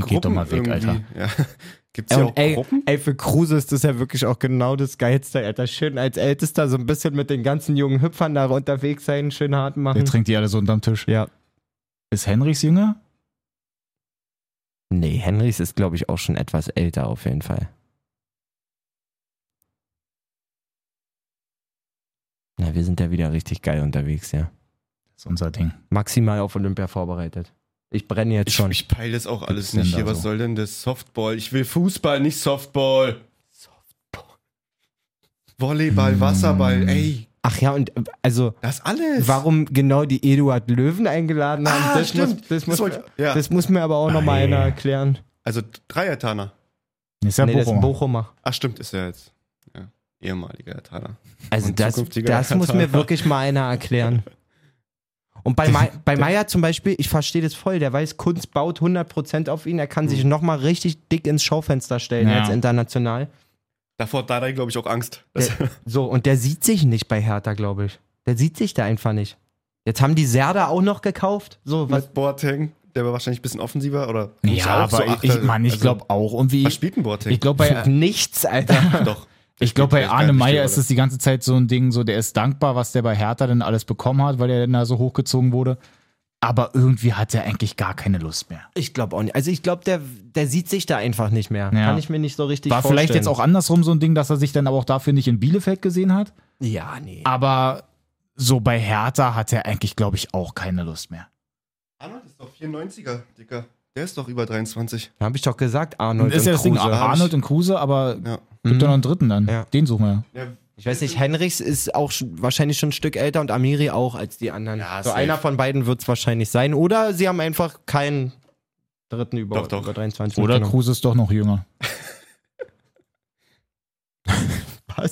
Speaker 1: Bildergalerie?
Speaker 3: Gruppen, die
Speaker 1: Geht doch mal weg,
Speaker 3: Gruppen
Speaker 1: Alter.
Speaker 3: irgendwie. Ja. Gibt es ja
Speaker 2: und
Speaker 3: auch Gruppen?
Speaker 2: ey, für Kruse ist das ja wirklich auch genau das Geilste, Alter. Schön als Ältester so ein bisschen mit den ganzen jungen Hüpfern da unterwegs sein, schön hart
Speaker 1: Der
Speaker 2: machen.
Speaker 1: trinkt die alle so unterm Tisch.
Speaker 2: Ja.
Speaker 1: Ist Henrichs jünger?
Speaker 2: Nee, Henrys ist, glaube ich, auch schon etwas älter auf jeden Fall. Na, wir sind ja wieder richtig geil unterwegs, ja.
Speaker 1: ist unser Ding.
Speaker 2: Maximal auf Olympia vorbereitet. Ich brenne jetzt
Speaker 3: Ich,
Speaker 2: schon.
Speaker 3: ich peile das auch
Speaker 1: Gibt's
Speaker 3: alles
Speaker 1: denn
Speaker 3: nicht
Speaker 1: da
Speaker 3: hier. Was
Speaker 1: so?
Speaker 3: soll denn das? Softball. Ich will Fußball, nicht Softball. Volleyball,
Speaker 1: Hm.
Speaker 3: Wasserball. Ey,
Speaker 2: Ach ja, und äh, also,
Speaker 3: das alles.
Speaker 2: warum genau die Eduard Löwen eingeladen haben,
Speaker 3: Ah,
Speaker 2: das, muss,
Speaker 3: stimmt.
Speaker 2: das, muss,
Speaker 3: Das wollte ich- Ah, ja.
Speaker 2: das muss mir aber auch nochmal
Speaker 1: Ei.
Speaker 2: einer erklären.
Speaker 3: Also Dreiertaner.
Speaker 1: Ist ja
Speaker 2: nee, das ist ein
Speaker 1: Bochum.
Speaker 2: Bochumer.
Speaker 3: Ach, stimmt, ist er jetzt. Ja. Ehemaliger Herr Taner.
Speaker 2: Also
Speaker 3: Und
Speaker 2: das,
Speaker 3: zukünftiger
Speaker 2: das muss mir
Speaker 3: Katar.
Speaker 2: wirklich mal einer erklären. Und bei, Ma bei Meier zum Beispiel, ich verstehe das voll, der weiß, Kunst baut 100% auf ihn, er kann sich nochmal richtig dick ins Schaufenster stellen
Speaker 1: Ja.
Speaker 2: jetzt international.
Speaker 3: Davor hat Dardai, glaube ich, auch Angst.
Speaker 2: Der, so, und der sieht sich nicht bei Hertha, glaube ich. Der sieht sich da einfach nicht. Jetzt haben die Serda auch noch gekauft. So, was?
Speaker 3: mit Boateng, der war wahrscheinlich ein bisschen offensiver oder
Speaker 1: Ja, aber ich, ich meine, ich glaube auch irgendwie.
Speaker 3: also, Was spielt ein Boateng?
Speaker 1: Ich glaube, bei,
Speaker 2: Nichts, Alter.
Speaker 3: Doch.
Speaker 1: ich glaub, bei
Speaker 3: Vielleicht gar
Speaker 1: Arne
Speaker 3: nicht die
Speaker 1: Meyer
Speaker 3: Rolle.
Speaker 1: ist es die ganze Zeit so ein Ding, so der ist dankbar, was der bei Hertha denn alles bekommen hat, weil er denn da so hochgezogen wurde. Aber irgendwie hat er eigentlich gar keine Lust mehr.
Speaker 2: Ich glaube auch nicht. Also ich glaube, der, der sieht sich da einfach nicht mehr.
Speaker 1: Ja.
Speaker 2: Kann ich mir nicht so richtig
Speaker 1: War
Speaker 2: vorstellen.
Speaker 1: vielleicht jetzt auch andersrum so ein Ding, dass er sich dann aber auch dafür nicht in Bielefeld gesehen hat.
Speaker 2: Ja, nee.
Speaker 1: Aber so bei Hertha hat er eigentlich, glaube ich, auch keine Lust mehr.
Speaker 3: Arnold ist doch 94er, Dicker. Der ist doch über 23.
Speaker 2: Habe ich doch gesagt, Arnold
Speaker 1: ist
Speaker 2: und
Speaker 1: ja das Ding
Speaker 2: Kruse.
Speaker 1: Arnold und Kruse, aber
Speaker 3: Ja.
Speaker 1: gibt
Speaker 2: Mhm.
Speaker 1: ja noch einen dritten dann.
Speaker 2: Ja.
Speaker 1: Den suchen wir.
Speaker 3: ja.
Speaker 2: Ich weiß nicht, Henrichs ist auch schon, wahrscheinlich schon ein Stück älter und Amiri auch als die anderen.
Speaker 3: Ja,
Speaker 2: so
Speaker 3: safe.
Speaker 2: einer von beiden wird es wahrscheinlich sein. Oder sie haben einfach keinen dritten über,
Speaker 3: Doch, doch.
Speaker 2: über 23
Speaker 1: Oder
Speaker 2: mitgenommen.
Speaker 1: Kruse ist doch noch jünger.
Speaker 2: Was?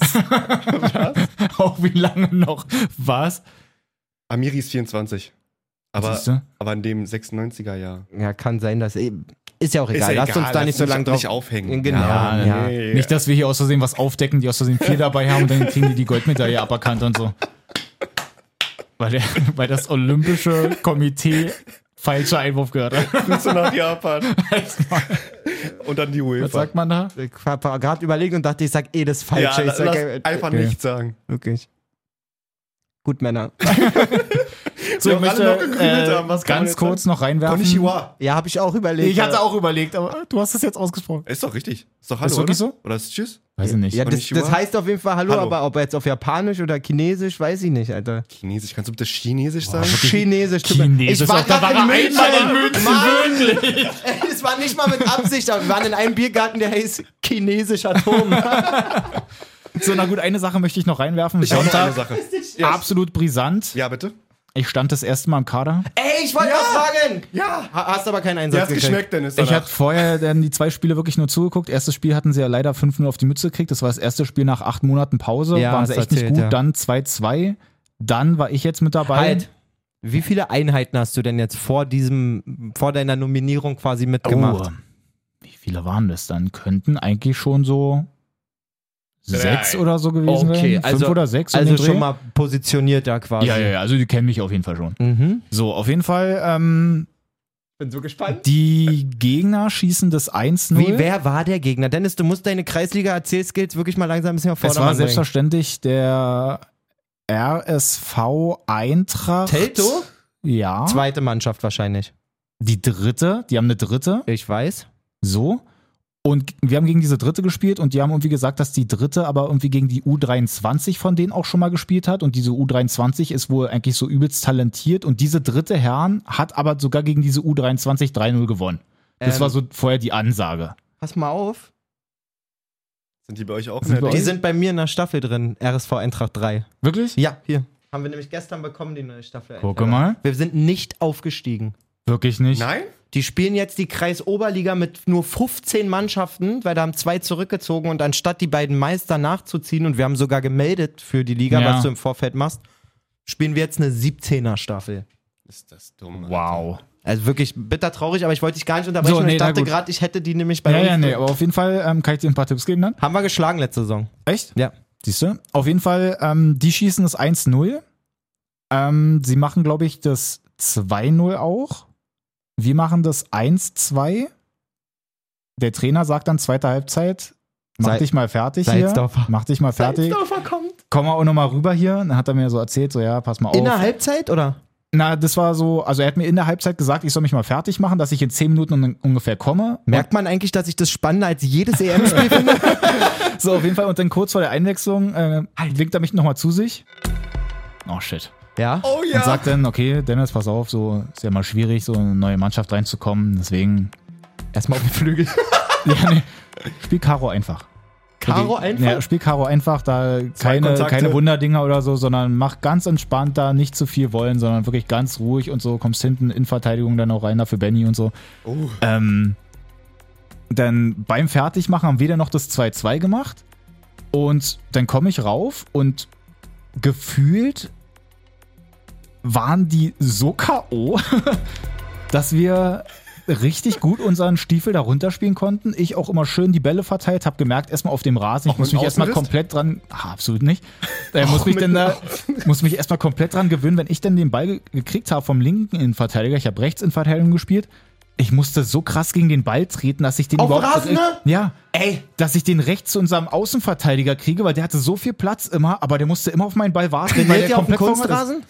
Speaker 1: auch wie lange noch? Was?
Speaker 3: Amiri ist 24. Aber,
Speaker 1: Siehste?
Speaker 3: aber in dem 96er-Jahr.
Speaker 2: Ja, kann sein, dass. e-, Ist ja auch egal. Lasst uns da nicht so lange drauf.
Speaker 3: nicht aufhängen.
Speaker 2: Genau.
Speaker 1: Ja,
Speaker 2: Ja,
Speaker 3: nee.
Speaker 1: Nicht, dass wir hier aus Versehen was aufdecken, die aus Versehen vier dabei haben und dann kriegen die die Goldmedaille aberkannt und so. Weil, der, weil das Olympische Komitee falscher Einwurf gehört hat.
Speaker 3: Grüße nach Japan. Und dann die
Speaker 1: Was
Speaker 3: UEFA.
Speaker 1: sagt man da?
Speaker 2: Ich habe gerade überlegt und dachte, ich sag eh das
Speaker 3: Ja,
Speaker 2: Falsche. ich
Speaker 3: la-
Speaker 2: sag,
Speaker 3: lass
Speaker 2: äh,
Speaker 3: einfach
Speaker 1: okay.
Speaker 3: nichts sagen.
Speaker 2: Wirklich. Gut, Männer.
Speaker 1: So, äh,
Speaker 3: Wir haben alle noch gegrübelt, aber was kann man
Speaker 1: ganz
Speaker 3: jetzt
Speaker 1: kurz noch reinwerfen.
Speaker 3: Konnichiwa.
Speaker 2: Ja, habe ich auch überlegt.
Speaker 1: Ich hatte auch überlegt, aber du hast es jetzt ausgesprochen.
Speaker 3: Ist doch richtig. Ist doch Hallo,
Speaker 1: Ist wirklich
Speaker 3: oder?
Speaker 1: so?
Speaker 3: Oder ist Tschüss?
Speaker 1: Weiß ich nicht.
Speaker 2: Ja, das,
Speaker 3: Konnichiwa.
Speaker 2: das heißt auf jeden Fall Hallo,
Speaker 3: Hallo.
Speaker 2: aber ob jetzt auf Japanisch oder Chinesisch, weiß ich nicht, Alter.
Speaker 3: Chinesisch. Kannst du bitte Chinesisch sagen?
Speaker 2: Chinesisch. tut mir-
Speaker 1: Chinesisch.
Speaker 2: Ich war
Speaker 1: Doch, da
Speaker 2: grad
Speaker 1: war
Speaker 2: in
Speaker 1: er
Speaker 2: München.
Speaker 1: einmal in
Speaker 2: Mann! Ey, das war nicht mal mit Absicht. aber Wir waren in einem Biergarten, der hieß chinesischer Turm.
Speaker 1: So, na gut, eine Sache möchte ich noch reinwerfen.
Speaker 3: Auch noch
Speaker 1: Sonntag,
Speaker 3: eine Sache.
Speaker 1: absolut brisant.
Speaker 3: Ja, bitte.
Speaker 1: Ich stand das erste Mal im Kader.
Speaker 2: Ey, ich wollte was fragen.
Speaker 3: Ja.
Speaker 2: Ha- Hast aber keinen
Speaker 3: Der
Speaker 2: Einsatz
Speaker 3: hat's
Speaker 2: gekriegt.
Speaker 3: geschmeckt, Dennis.
Speaker 1: Ich
Speaker 3: danach.
Speaker 1: hatte vorher dann die zwei Spiele wirklich nur zugeguckt. Erstes Spiel hatten sie ja leider 5-0 auf die Mütze gekriegt. Das war das erste Spiel nach acht Monaten Pause.
Speaker 2: Ja,
Speaker 1: Waren sie
Speaker 2: hast
Speaker 1: echt nicht
Speaker 2: erzählt,
Speaker 1: gut.
Speaker 2: ja.
Speaker 1: Dann 2-2. Dann war ich jetzt mit dabei.
Speaker 2: Halt. Wie viele Einheiten hast du denn jetzt vor diesem, vor deiner Nominierung quasi mitgemacht?
Speaker 1: Oh, wie viele waren das dann? Könnten eigentlich schon so
Speaker 3: Drei.
Speaker 1: sechs oder so gewesen
Speaker 2: Okay,
Speaker 1: sein. Fünf
Speaker 2: also-
Speaker 1: oder sechs. um
Speaker 2: also
Speaker 1: den Dreh.
Speaker 2: schon mal positioniert da quasi.
Speaker 1: Ja, ja, ja. Also die kennen mich auf jeden Fall schon.
Speaker 2: Mhm.
Speaker 1: So, auf jeden Fall. Ähm,
Speaker 2: Bin so gespannt.
Speaker 1: die Gegner schießen das 1-0.
Speaker 2: Wie, wer war der Gegner? Dennis, du musst deine Kreisliga-Erzählskills wirklich mal langsam ein bisschen auf
Speaker 1: Es
Speaker 2: Vordermann
Speaker 1: war
Speaker 2: bringen.
Speaker 1: selbstverständlich der RSV Eintracht.
Speaker 2: Telto?
Speaker 1: Ja.
Speaker 2: Zweite Mannschaft wahrscheinlich.
Speaker 1: Die dritte, die haben eine dritte.
Speaker 2: Ich weiß.
Speaker 1: So. Und wir haben gegen diese dritte gespielt und die haben irgendwie gesagt, dass die dritte aber irgendwie gegen die U23 von denen auch schon mal gespielt hat. Und diese U23 ist wohl eigentlich so übelst talentiert. Und diese dritte Herren hat aber sogar gegen diese U23 3-0 gewonnen. Das
Speaker 2: Ähm,
Speaker 1: war so vorher die Ansage.
Speaker 2: Pass mal auf.
Speaker 3: Sind die bei euch auch
Speaker 1: Sind bei
Speaker 2: Die
Speaker 1: euch?
Speaker 2: sind bei mir in der Staffel drin. RSV Eintracht 3.
Speaker 1: Wirklich?
Speaker 2: Ja, hier. Haben wir nämlich gestern bekommen, die neue Staffel.
Speaker 1: Gucke
Speaker 2: Alter.
Speaker 1: mal.
Speaker 2: Wir sind nicht aufgestiegen.
Speaker 1: Wirklich nicht.
Speaker 3: Nein?
Speaker 2: Die spielen jetzt die Kreisoberliga mit nur 15 Mannschaften, weil da haben zwei zurückgezogen und anstatt die beiden Meister nachzuziehen und wir haben sogar gemeldet für die Liga,
Speaker 1: Ja.
Speaker 2: was du im Vorfeld machst, spielen wir jetzt eine 17er Staffel.
Speaker 3: Ist das dumm. Alter.
Speaker 1: Wow.
Speaker 2: Also wirklich bitter traurig, aber ich wollte dich gar nicht unterbrechen.
Speaker 1: So,
Speaker 2: und
Speaker 1: nee,
Speaker 2: ich
Speaker 1: na
Speaker 2: dachte
Speaker 1: gut.
Speaker 2: gerade, ich hätte die nämlich bei
Speaker 1: Ja,
Speaker 2: uns.
Speaker 1: ja, nee, aber auf jeden Fall ähm, kann ich dir ein paar Tipps geben dann.
Speaker 2: Haben wir geschlagen letzte Saison.
Speaker 1: Echt?
Speaker 2: Ja.
Speaker 1: Siehst du? Auf jeden Fall, ähm, die schießen das 1-0. Ähm, sie machen, glaube ich, das 2-0 auch. Wir machen das 1-2. Der Trainer sagt dann zweite Halbzeit, mach
Speaker 2: Sei-
Speaker 1: dich mal fertig
Speaker 2: Salzdorfer.
Speaker 1: hier. Mach dich mal fertig.
Speaker 2: Salzdorfer kommt.
Speaker 1: Komm mal auch nochmal rüber hier. Dann hat er mir so erzählt, so ja, pass mal auf.
Speaker 2: In der Halbzeit oder?
Speaker 1: Na, das war so, also er hat mir in der Halbzeit gesagt, ich soll mich mal fertig machen, dass ich in 10 Minuten un- ungefähr komme.
Speaker 2: Merkt man eigentlich, dass ich das spannender als jedes EM-Spiel finde?
Speaker 1: So, auf jeden Fall. Und dann kurz vor der Einwechslung äh,
Speaker 2: Halt.
Speaker 1: winkt er mich nochmal zu sich. Oh shit.
Speaker 2: Ja.
Speaker 3: Oh ja.
Speaker 1: Und sagt dann, okay, Dennis, pass auf, so ist ja mal schwierig, so in eine neue Mannschaft reinzukommen. Deswegen
Speaker 2: Erstmal auf den Flügel.
Speaker 1: ja, nee, spiel Karo einfach.
Speaker 2: Karo einfach?
Speaker 1: Ja, spiel Karo einfach, da keine,
Speaker 3: Kontakte.
Speaker 1: keine Wunderdinger oder so, sondern mach ganz entspannt da, nicht zu viel wollen, sondern wirklich ganz ruhig und so, kommst hinten in Verteidigung dann auch rein, da für Benny und so.
Speaker 3: oh.
Speaker 1: Ähm, dann beim Fertigmachen haben wir dann noch das 2-2 gemacht. Und dann komme ich rauf und gefühlt waren die so K.O., dass wir richtig gut unseren Stiefel darunter spielen konnten. Ich auch immer schön die Bälle verteilt, habe gemerkt, erstmal auf dem Rasen, ich
Speaker 3: Auch
Speaker 1: muss
Speaker 3: mit
Speaker 1: mich erstmal
Speaker 3: Außenriss?
Speaker 1: komplett dran, ah, absolut nicht, äh, muss, mich
Speaker 3: mit
Speaker 1: denn da,
Speaker 3: einem
Speaker 1: muss mich erstmal komplett dran gewöhnen, wenn ich dann den Ball ge- gekriegt habe vom linken Innenverteidiger, ich habe rechts Innenverteidigung gespielt, ich musste so krass gegen den Ball treten, dass ich den
Speaker 2: Auf
Speaker 1: überhaupt... äh,
Speaker 2: Rasen, ne?
Speaker 1: Ja,
Speaker 2: Ey,
Speaker 1: dass ich den rechts zu unserem Außenverteidiger kriege, weil der hatte so viel Platz immer, aber der musste immer auf meinen Ball warten, weil
Speaker 2: Spielt
Speaker 1: der
Speaker 2: ihr auf dem
Speaker 1: komplett verhungert ist.
Speaker 2: Kunstrasen?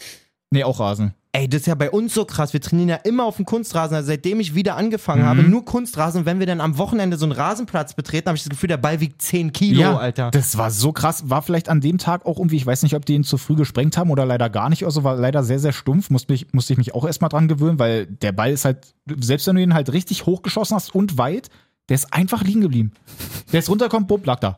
Speaker 1: Nee, auch Rasen.
Speaker 2: Ey, das ist ja bei uns so krass. Wir trainieren ja immer auf dem Kunstrasen. Also seitdem ich wieder
Speaker 1: Mhm.
Speaker 2: angefangen habe, nur Kunstrasen. Wenn wir dann am Wochenende so einen Rasenplatz betreten, habe ich das Gefühl, der Ball wiegt 10 Kilo, Alter.
Speaker 1: Das war so krass. War vielleicht an dem Tag auch irgendwie, ich weiß nicht, ob die ihn zu früh gesprengt haben oder leider gar nicht. Also war leider sehr, sehr stumpf. Musste, mich, musste ich mich auch erstmal dran gewöhnen, weil der Ball ist halt, selbst wenn du ihn halt richtig hochgeschossen hast und weit, der ist einfach liegen geblieben. Der ist runtergekommen, bumm, lag da.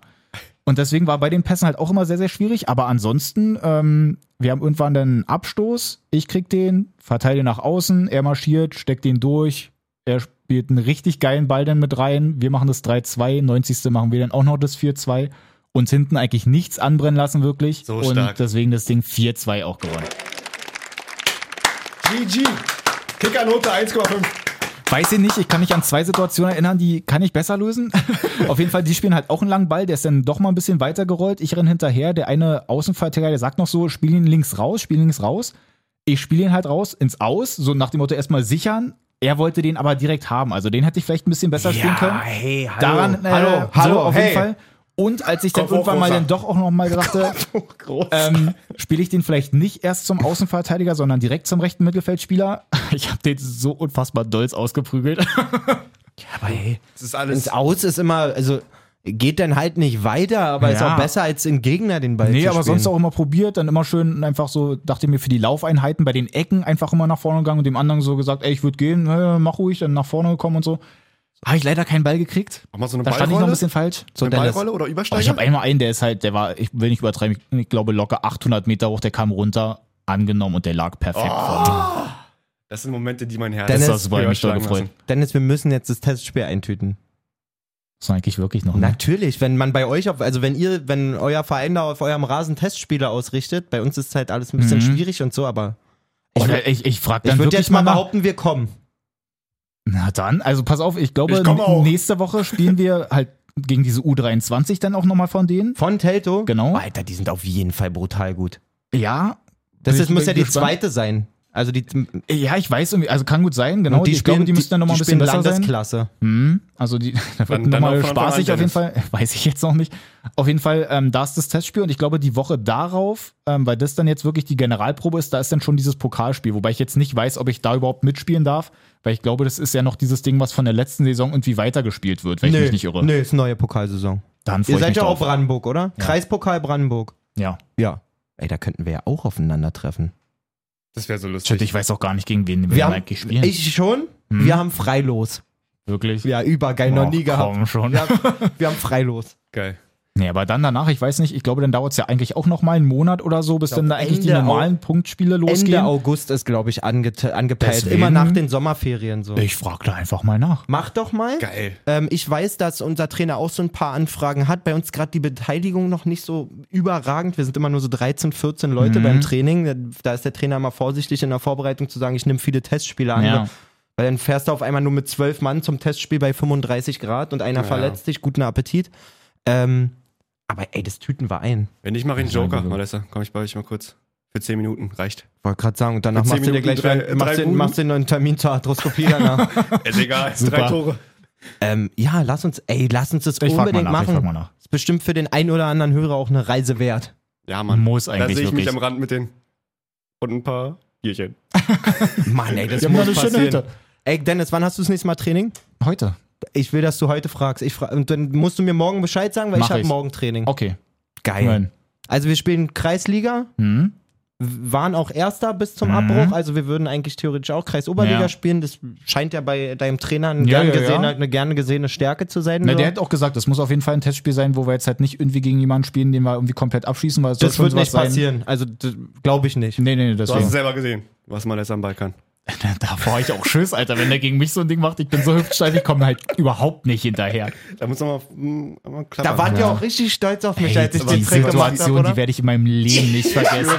Speaker 1: Und deswegen war bei den Pässen halt auch immer sehr, sehr schwierig. Aber ansonsten, ähm, wir haben irgendwann dann einen Abstoß. Ich krieg den, verteile den nach außen, er marschiert, steckt den durch. Er spielt einen richtig geilen Ball dann mit rein. Wir machen das 3-2, 90. machen wir dann auch noch das 4-2. Uns hinten eigentlich nichts anbrennen lassen, wirklich.
Speaker 3: So
Speaker 1: Und
Speaker 3: stark.
Speaker 1: deswegen das Ding 4-2 auch gewonnen.
Speaker 3: GG. Kickernote 1,5.
Speaker 1: Weiß ich nicht, ich kann mich an zwei Situationen erinnern, die kann ich besser lösen. Auf jeden Fall, die spielen halt auch einen langen Ball, der ist dann doch mal ein bisschen weiter gerollt. Ich renn hinterher, der eine Außenverteidiger, der sagt noch so, spiel ihn links raus, spiel ihn links raus. Ich spiele ihn halt raus, ins Aus, so nach dem Motto erstmal sichern. Er wollte den aber direkt haben, also den hätte ich vielleicht ein bisschen besser spielen können.
Speaker 2: hey, hallo.
Speaker 1: Daran, äh,
Speaker 2: hallo,
Speaker 1: so
Speaker 2: hallo,
Speaker 1: auf
Speaker 2: hey.
Speaker 1: jeden Fall. Und als ich dann
Speaker 3: Kopf hoch,
Speaker 1: irgendwann mal
Speaker 3: Rosa.
Speaker 1: dann doch auch noch mal dachte, ähm, spiele ich den vielleicht nicht erst zum Außenverteidiger, sondern direkt zum rechten Mittelfeldspieler. Ich habe den so unfassbar dolz ausgeprügelt.
Speaker 2: Aber hey,
Speaker 3: Das ist alles.
Speaker 2: ins Aus ist immer, also geht dann halt nicht weiter, aber ist
Speaker 1: Ja.
Speaker 2: auch besser, als im Gegner den Ball zu
Speaker 1: Nee,
Speaker 2: spielen.
Speaker 1: aber sonst auch immer probiert, dann immer schön einfach so, dachte mir für die Laufeinheiten bei den Ecken einfach immer nach vorne gegangen und dem anderen so gesagt, ey, ich würde gehen, äh, mach ruhig, dann nach vorne gekommen und so. Habe ich leider keinen Ball gekriegt.
Speaker 3: Mach mal so eine
Speaker 1: Da stand ich noch ein
Speaker 3: Ballrolle?
Speaker 1: bisschen falsch. So
Speaker 3: Eine
Speaker 1: Dennis.
Speaker 3: Ballrolle oder
Speaker 1: Aber ich
Speaker 3: Übersteiger?
Speaker 1: habe einmal einen, der ist halt, der war, ich will nicht übertreiben, ich glaube locker 800 Meter hoch, der kam runter, angenommen und der lag perfekt
Speaker 2: Oh.
Speaker 1: vor mir.
Speaker 3: das sind Momente, die mein Herz.
Speaker 2: Dennis-
Speaker 1: Das war super, ich hab mich doll gefreut.
Speaker 2: Dennis, wir müssen jetzt das Testspiel eintüten.
Speaker 1: Das war eigentlich wirklich noch. Ne?
Speaker 2: Natürlich, wenn man bei euch, auf, also wenn ihr, wenn euer Verein da auf eurem Rasen Testspiele ausrichtet, bei uns ist halt alles ein bisschen
Speaker 1: Mhm.
Speaker 2: schwierig und so, aber ich,
Speaker 1: Oder
Speaker 2: wür-
Speaker 1: ich, ich frage
Speaker 2: ich
Speaker 1: dann
Speaker 2: würde
Speaker 1: wirklich
Speaker 2: jetzt mal
Speaker 1: nach.
Speaker 2: behaupten, wir kommen.
Speaker 1: Na dann, also pass auf, ich glaube,
Speaker 3: Ich komme auch.
Speaker 1: nächste Woche spielen wir halt gegen diese U23 dann auch nochmal von denen.
Speaker 2: Von Telto?
Speaker 1: Genau.
Speaker 2: Alter, die sind auf jeden Fall brutal gut.
Speaker 1: Ja.
Speaker 2: Das
Speaker 1: Bin
Speaker 2: ist,
Speaker 1: ich
Speaker 2: muss ja die
Speaker 1: gespannt.
Speaker 2: zweite sein. Also die,
Speaker 1: Ja, ich weiß irgendwie, also kann gut sein, genau.
Speaker 2: und
Speaker 1: ich glaube, die müssten dann nochmal ein bisschen
Speaker 2: spielen
Speaker 1: besser sein.
Speaker 2: Landesklasse.
Speaker 1: Hm, also die da wird
Speaker 3: Dann- dann
Speaker 1: nochmal
Speaker 3: auch von Anfang
Speaker 1: spaßig
Speaker 3: an,
Speaker 1: auf jeden Fall. Weiß ich jetzt noch nicht. Auf jeden Fall, ähm, da ist das Testspiel und ich glaube, die Woche darauf, ähm, weil das dann jetzt wirklich die Generalprobe ist, da ist dann schon dieses Pokalspiel, wobei ich jetzt nicht weiß, ob ich da überhaupt mitspielen darf, weil ich glaube, das ist ja noch dieses Ding, was von der letzten Saison irgendwie weitergespielt wird, wenn ich mich nicht irre.
Speaker 2: nee, ist neue Pokalsaison.
Speaker 1: Dann freue
Speaker 2: Ihr
Speaker 1: ich
Speaker 2: seid
Speaker 1: mich
Speaker 2: ja auch
Speaker 1: drauf.
Speaker 2: Brandenburg, oder? Kreispokal Brandenburg.
Speaker 1: Ja.
Speaker 2: Ja. Ey, da könnten wir ja auch aufeinandertreffen.
Speaker 3: Das wäre so
Speaker 1: Shit,
Speaker 3: lustig.
Speaker 1: ich weiß auch gar nicht, gegen wen wir,
Speaker 2: Wir
Speaker 1: dann
Speaker 2: haben-
Speaker 1: eigentlich spielen.
Speaker 2: Ich schon?
Speaker 1: Hm.
Speaker 2: Wir haben Freilos.
Speaker 1: Wirklich?
Speaker 2: Ja, übergeil,
Speaker 1: Och,
Speaker 2: noch nie gehabt.
Speaker 1: Komm schon.
Speaker 2: Wir haben, wir haben Freilos.
Speaker 3: Geil.
Speaker 1: Nee, aber dann danach, ich weiß nicht, ich glaube, dann dauert es ja eigentlich auch noch mal einen Monat oder so, bis
Speaker 2: glaub,
Speaker 1: dann da eigentlich die
Speaker 2: Ende
Speaker 1: normalen Punktspiele losgehen.
Speaker 2: Ende August ist, glaube ich, ange angepeilt.
Speaker 1: Deswegen-
Speaker 2: Immer nach den Sommerferien so.
Speaker 1: Ich frage da einfach mal nach.
Speaker 2: Mach doch mal.
Speaker 3: Geil.
Speaker 2: Ähm, ich weiß, dass unser Trainer auch so ein paar Anfragen hat. Bei uns gerade die Beteiligung noch nicht so überragend. Wir sind immer nur so 13, 14 Leute
Speaker 1: Mhm.
Speaker 2: beim Training. Da, da ist der Trainer immer vorsichtig in der Vorbereitung zu sagen, ich nehme viele Testspiele an.
Speaker 1: Ja.
Speaker 2: Weil dann fährst du auf einmal nur mit zwölf Mann zum Testspiel bei 35 Grad und einer
Speaker 3: Ja.
Speaker 2: verletzt dich. Guten Appetit. Ähm, aber ey, das Tüten war ein.
Speaker 3: Wenn nicht, mache ich einen Joker.
Speaker 1: Nein,
Speaker 3: Malessa, komm ich bei euch mal kurz. Für 10 Minuten. Reicht.
Speaker 2: Wollte gerade sagen, und danach
Speaker 3: Mit zehn
Speaker 2: machst du dir gleich
Speaker 3: Minuten drei-
Speaker 2: drei, machst,
Speaker 3: drei
Speaker 2: du-
Speaker 3: Buden.
Speaker 2: machst du dir noch einen Termin zur Arthroskopie danach.
Speaker 3: Ist egal.
Speaker 1: Super.
Speaker 3: Drei Tore.
Speaker 2: Ähm, ja, lass uns, ey, lass uns das
Speaker 1: Ich frag mal
Speaker 2: unbedingt
Speaker 1: nach, ich frag
Speaker 2: machen.
Speaker 1: mal nach.
Speaker 2: Ist bestimmt für den einen oder anderen Hörer auch eine Reise wert.
Speaker 3: Ja, Mann.
Speaker 1: Muss
Speaker 3: da
Speaker 1: eigentlich
Speaker 3: sehe ich mich
Speaker 1: wirklich.
Speaker 3: am Rand mit den. Und ein paar Bierchen.
Speaker 2: Mann, ey, das
Speaker 1: Wir haben
Speaker 2: muss
Speaker 1: da eine schöne
Speaker 2: passieren.
Speaker 1: Hütte.
Speaker 2: Ey, Dennis, wann hast du das nächste Mal Training?
Speaker 1: Heute.
Speaker 2: Ich will, dass du heute fragst. Ich fra und dann musst du mir morgen Bescheid sagen, weil
Speaker 1: Mach
Speaker 2: ich habe
Speaker 1: ich.
Speaker 2: morgen Training.
Speaker 1: Okay.
Speaker 2: Geil. Also wir spielen Kreisliga,
Speaker 1: Hm?
Speaker 2: w- waren auch Erster bis zum
Speaker 1: Mhm.
Speaker 2: Abbruch. Also wir würden eigentlich theoretisch auch Kreisoberliga
Speaker 1: Ja.
Speaker 2: spielen. Das scheint ja bei deinem Trainer ein
Speaker 1: Ja,
Speaker 2: gern
Speaker 1: ja, ja.
Speaker 2: gesehener- eine gerne gesehene Stärke zu sein. ne?
Speaker 1: Na,
Speaker 2: so.
Speaker 1: der hat auch gesagt, das muss auf jeden Fall ein Testspiel sein, wo wir jetzt halt nicht irgendwie gegen jemanden spielen, den wir irgendwie komplett abschießen, weil es
Speaker 2: das
Speaker 1: soll
Speaker 2: wird
Speaker 1: schon
Speaker 2: nicht
Speaker 1: sowas sein.
Speaker 2: passieren. Also glaube ich nicht.
Speaker 1: Nee, nee, nee,
Speaker 3: Du hast es
Speaker 1: deswegen.
Speaker 3: selber gesehen. Was Malessa am Balkan.
Speaker 1: Da war ich auch Schiss, Alter, wenn der gegen mich so ein Ding macht. Ich bin so hüftsteif, ich komme halt überhaupt nicht hinterher.
Speaker 3: Da muss nochmal hm, mal
Speaker 2: Da
Speaker 3: klappern.
Speaker 2: wart ihr
Speaker 1: Ja.
Speaker 2: auch richtig stolz auf mich,
Speaker 1: Ey,
Speaker 2: als ich
Speaker 1: die
Speaker 2: den Trick gemacht habe,
Speaker 1: Situation,
Speaker 2: oder?
Speaker 1: die werde ich in meinem Leben nicht vergessen.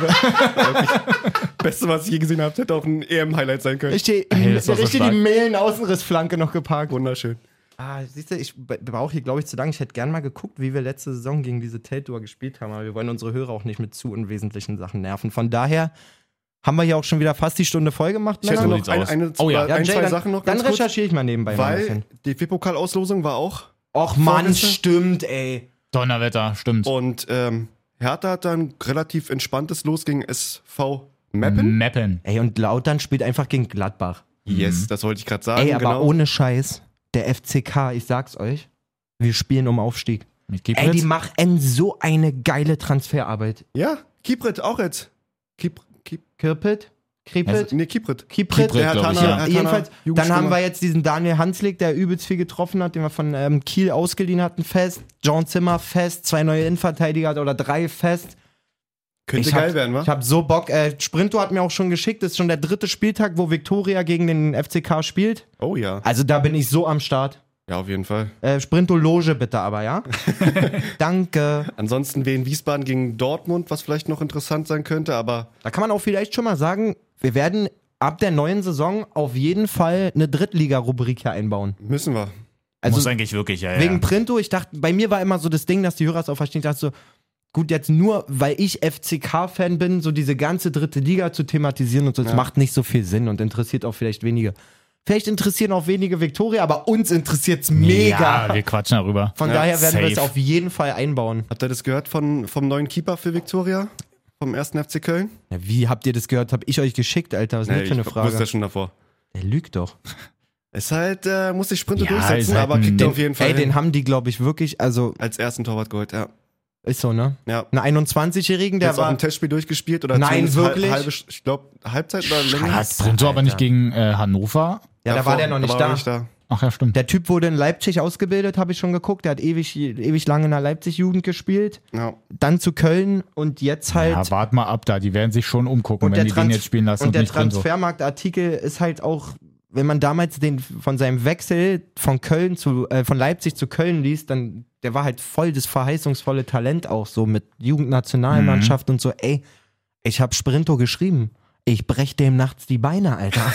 Speaker 3: Beste, was ich je gesehen habe, hätte auch ein EM-Highlight sein können.
Speaker 2: Richtig,
Speaker 1: Ey, das war so
Speaker 2: richtig
Speaker 1: stark.
Speaker 2: die Mehlen-Außenrissflanke noch geparkt.
Speaker 3: Wunderschön.
Speaker 2: Ah, siehst du, ich be- brauche hier, glaube ich, zu lang. Ich hätte gern mal geguckt, wie wir letzte Saison gegen diese Teltour gespielt haben, aber wir wollen unsere Hörer auch nicht mit zu unwesentlichen Sachen nerven. Von daher haben wir hier auch schon wieder fast die Stunde voll gemacht.
Speaker 3: Ich hätte
Speaker 1: So
Speaker 3: noch
Speaker 1: sieht's
Speaker 3: ein,
Speaker 1: aus.
Speaker 3: eine,
Speaker 1: Oh ja.
Speaker 3: ein,
Speaker 2: Jay,
Speaker 3: zwei
Speaker 2: dann,
Speaker 3: Sachen noch
Speaker 2: Dann
Speaker 3: ganz kurz.
Speaker 2: recherchiere ich mal nebenbei mal ein
Speaker 3: Weil
Speaker 2: bisschen.
Speaker 3: die DFB-Pokalauslosung war auch.
Speaker 2: Och Mann,
Speaker 3: Vorgestern-
Speaker 2: stimmt, ey.
Speaker 1: Donnerwetter, stimmt.
Speaker 3: Und ähm, Hertha hat dann relativ entspanntes Los gegen SV Mappen?
Speaker 1: Mappen.
Speaker 2: Ey, und Lautern spielt einfach gegen Gladbach.
Speaker 3: Yes, das wollte ich gerade sagen.
Speaker 2: Ey, aber
Speaker 3: genau.
Speaker 2: ohne Scheiß. Der FCK, ich sag's euch, wir spielen um Aufstieg.
Speaker 1: Mit
Speaker 2: Ey, die
Speaker 1: Gebritz.
Speaker 2: machen so eine geile Transferarbeit.
Speaker 3: Ja, Kiprit auch jetzt. Kip, Kip,
Speaker 2: Kirpit? Kripit?
Speaker 1: Also-
Speaker 3: nee, Kiprit.
Speaker 2: Kiprit?
Speaker 1: Kiprit,
Speaker 3: Der
Speaker 1: glaub ich,
Speaker 3: Herthaner-
Speaker 1: ja.
Speaker 3: Herthaner
Speaker 2: Jedenfalls, dann
Speaker 3: Jugendstürmer.
Speaker 2: haben wir jetzt diesen Daniel Hanslik, der übelst viel getroffen hat, den wir von ähm, Kiel ausgeliehen hatten, fest. John Zimmer fest, zwei neue Innenverteidiger oder drei fest.
Speaker 3: Könnte
Speaker 2: Ich hab-
Speaker 3: geil werden, wa?
Speaker 2: Ich habe so Bock. Äh, Sprinto hat mir auch schon geschickt, das ist schon der dritte Spieltag, wo Viktoria gegen den FCK spielt.
Speaker 3: Oh ja.
Speaker 2: Also da bin ich so am Start.
Speaker 3: Ja, auf jeden Fall.
Speaker 2: Äh, Sprinto Loge bitte aber, ja? Danke.
Speaker 3: Ansonsten wählen Wiesbaden gegen Dortmund, was vielleicht noch interessant sein könnte, aber
Speaker 2: Da kann man auch vielleicht schon mal sagen, wir werden ab der neuen Saison auf jeden Fall eine Drittliga-Rubrik hier einbauen.
Speaker 3: müssen wir.
Speaker 2: Also
Speaker 5: Muss eigentlich wirklich, ja,
Speaker 2: Wegen
Speaker 5: ja.
Speaker 2: Printo, ich dachte, bei mir war immer so das Ding, dass die Hörer es auch verstehen, ich dachte so, gut, jetzt nur, weil ich FCK-Fan bin, so diese ganze dritte Liga zu thematisieren und so, das macht nicht so viel Sinn und interessiert auch vielleicht wenige. Vielleicht interessieren auch wenige Viktoria, aber uns interessiert's mega.
Speaker 1: Ja, wir quatschen darüber.
Speaker 2: Von daher werden wir es
Speaker 5: safe.
Speaker 2: auf jeden Fall einbauen.
Speaker 3: Habt ihr das gehört von, vom neuen Keeper für Viktoria? Vom ersten FC Köln?
Speaker 2: Ja, wie habt ihr das gehört? Hab ich euch geschickt, Alter? Was ist
Speaker 3: Nee,
Speaker 2: nee, für eine
Speaker 3: ich wusste
Speaker 2: Frage?
Speaker 3: das schon davor.
Speaker 2: Er lügt doch.
Speaker 3: Ist halt, äh, muss sich Sprinte
Speaker 1: Ja, ist
Speaker 3: durchsetzen,
Speaker 1: halt
Speaker 3: aber
Speaker 1: ein-
Speaker 3: kriegt er
Speaker 1: den-
Speaker 3: auf jeden Fall
Speaker 2: Ey,
Speaker 3: hin.
Speaker 2: den haben die, glaube ich, wirklich, also
Speaker 3: als ersten Torwart geholt, ja.
Speaker 2: ist so, ne?
Speaker 3: ja.
Speaker 2: Einen 21-Jährigen, der
Speaker 3: Der hat auch
Speaker 2: war.
Speaker 3: ein Testspiel durchgespielt oder
Speaker 2: Nein,
Speaker 3: zumindest hal-
Speaker 2: wirklich?
Speaker 3: halbe, ich glaube, Halbzeit oder länger.
Speaker 1: Hat Printo aber nicht gegen äh, Hannover.
Speaker 2: Ja, da war der noch
Speaker 3: Davor-
Speaker 2: nicht
Speaker 3: aber
Speaker 2: da.
Speaker 1: Ach ja, stimmt.
Speaker 2: Der Typ wurde in Leipzig ausgebildet, habe ich schon geguckt. Der hat ewig, ewig lange in der Leipzig-Jugend gespielt.
Speaker 3: Ja.
Speaker 2: Dann zu Köln und jetzt halt.
Speaker 1: ja, wart mal ab da. Die werden sich schon umgucken,
Speaker 2: und
Speaker 1: wenn die den
Speaker 2: Trans-
Speaker 1: jetzt spielen lassen und,
Speaker 2: und der
Speaker 1: nicht Printo.
Speaker 2: Transfermarktartikel ist halt auch, wenn man damals den von seinem Wechsel von Köln zu, äh, von Leipzig zu Köln liest, dann der war halt voll das verheißungsvolle Talent auch so mit Jugendnationalmannschaft und so. Ey, ich habe Sprinto geschrieben. Ich brech dem nachts die Beine, Alter.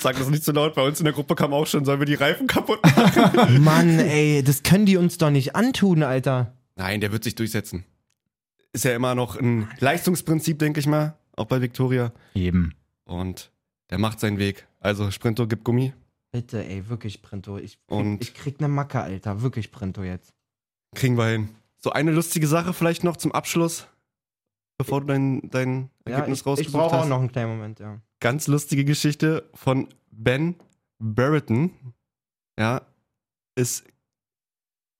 Speaker 3: Sag das nicht zu laut, bei uns in der Gruppe kam auch schon, sollen wir die Reifen kaputt machen?
Speaker 2: Mann, ey, das können die uns doch nicht antun, Alter.
Speaker 3: Nein, der wird sich durchsetzen. Ist ja immer noch ein Leistungsprinzip, denke ich mal, auch bei Viktoria.
Speaker 1: Eben.
Speaker 3: Und der macht seinen Weg. Also Sprinto gibt Gummi.
Speaker 2: Bitte, ey, wirklich, Printo. Ich,
Speaker 3: Und-
Speaker 2: ich krieg ne Macke, Alter. Wirklich, Printo jetzt.
Speaker 3: Kriegen wir hin. So eine lustige Sache vielleicht noch zum Abschluss, bevor du dein, dein Ergebnis
Speaker 2: ich ich
Speaker 3: rausgesucht
Speaker 2: brauche auch
Speaker 3: hast.
Speaker 2: noch einen kleinen Moment, ja.
Speaker 3: Ganz lustige Geschichte von Ben Brereton. Ja, ist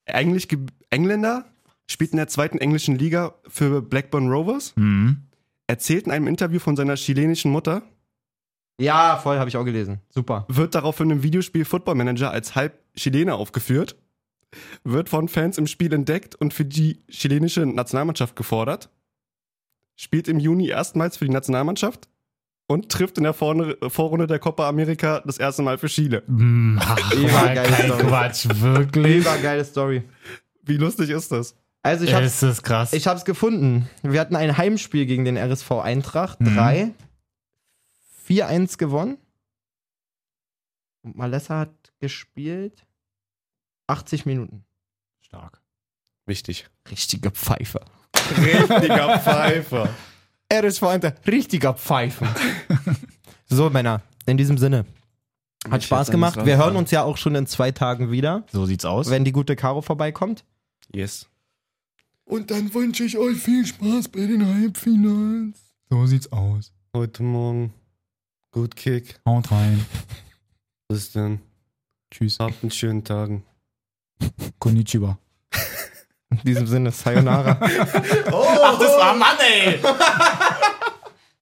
Speaker 3: eigentlich Ge- Engländer, spielt in der zweiten englischen Liga für Blackburn Rovers.
Speaker 1: Mhm.
Speaker 3: Erzählt in einem Interview von seiner chilenischen Mutter,
Speaker 2: Ja, voll, habe ich auch gelesen. Super.
Speaker 3: wird daraufhin im Videospiel Football Manager als halb Chilener aufgeführt, wird von Fans im Spiel entdeckt und für die chilenische Nationalmannschaft gefordert, spielt im Juni erstmals für die Nationalmannschaft und trifft in der Vorne- Vorrunde der Copa America das erste Mal für Chile.
Speaker 1: Mhm. Ach,
Speaker 2: Mega geile
Speaker 1: kein
Speaker 2: Story.
Speaker 1: Quatsch, wirklich.
Speaker 2: Mega geile Story.
Speaker 3: Wie lustig ist das?
Speaker 2: Also, ich hab's,
Speaker 1: Ist das krass.
Speaker 2: ich hab's gefunden. Wir hatten ein Heimspiel gegen den RSV Eintracht.
Speaker 1: Mhm.
Speaker 2: 3. 4-1 gewonnen. Und Malessa hat gespielt. 80 Minuten.
Speaker 1: Stark.
Speaker 3: Wichtig.
Speaker 2: Richtiger Pfeifer.
Speaker 3: Richtiger Pfeifer.
Speaker 2: RSV Eintracht. Richtiger Pfeifer. so, Männer. In diesem Sinne. Hat
Speaker 3: Ich
Speaker 2: Spaß
Speaker 3: hätte
Speaker 2: gemacht.
Speaker 3: alles
Speaker 2: Wir hören
Speaker 3: rausgehauen.
Speaker 2: uns ja auch schon in zwei Tagen wieder,
Speaker 1: So sieht's aus.
Speaker 2: wenn die gute Caro vorbeikommt.
Speaker 3: Yes.
Speaker 6: Und dann wünsche ich euch viel Spaß bei den Halbfinals.
Speaker 1: so sieht's aus.
Speaker 3: Heute Morgen. Gut Kick.
Speaker 1: Haut rein.
Speaker 3: Bis dann.
Speaker 1: Tschüss.
Speaker 3: Habt einen schönen Tagen.
Speaker 1: Konnichiwa.
Speaker 2: In diesem Sinne, Sayonara. Ah,
Speaker 5: Ach, das war Mann, ey!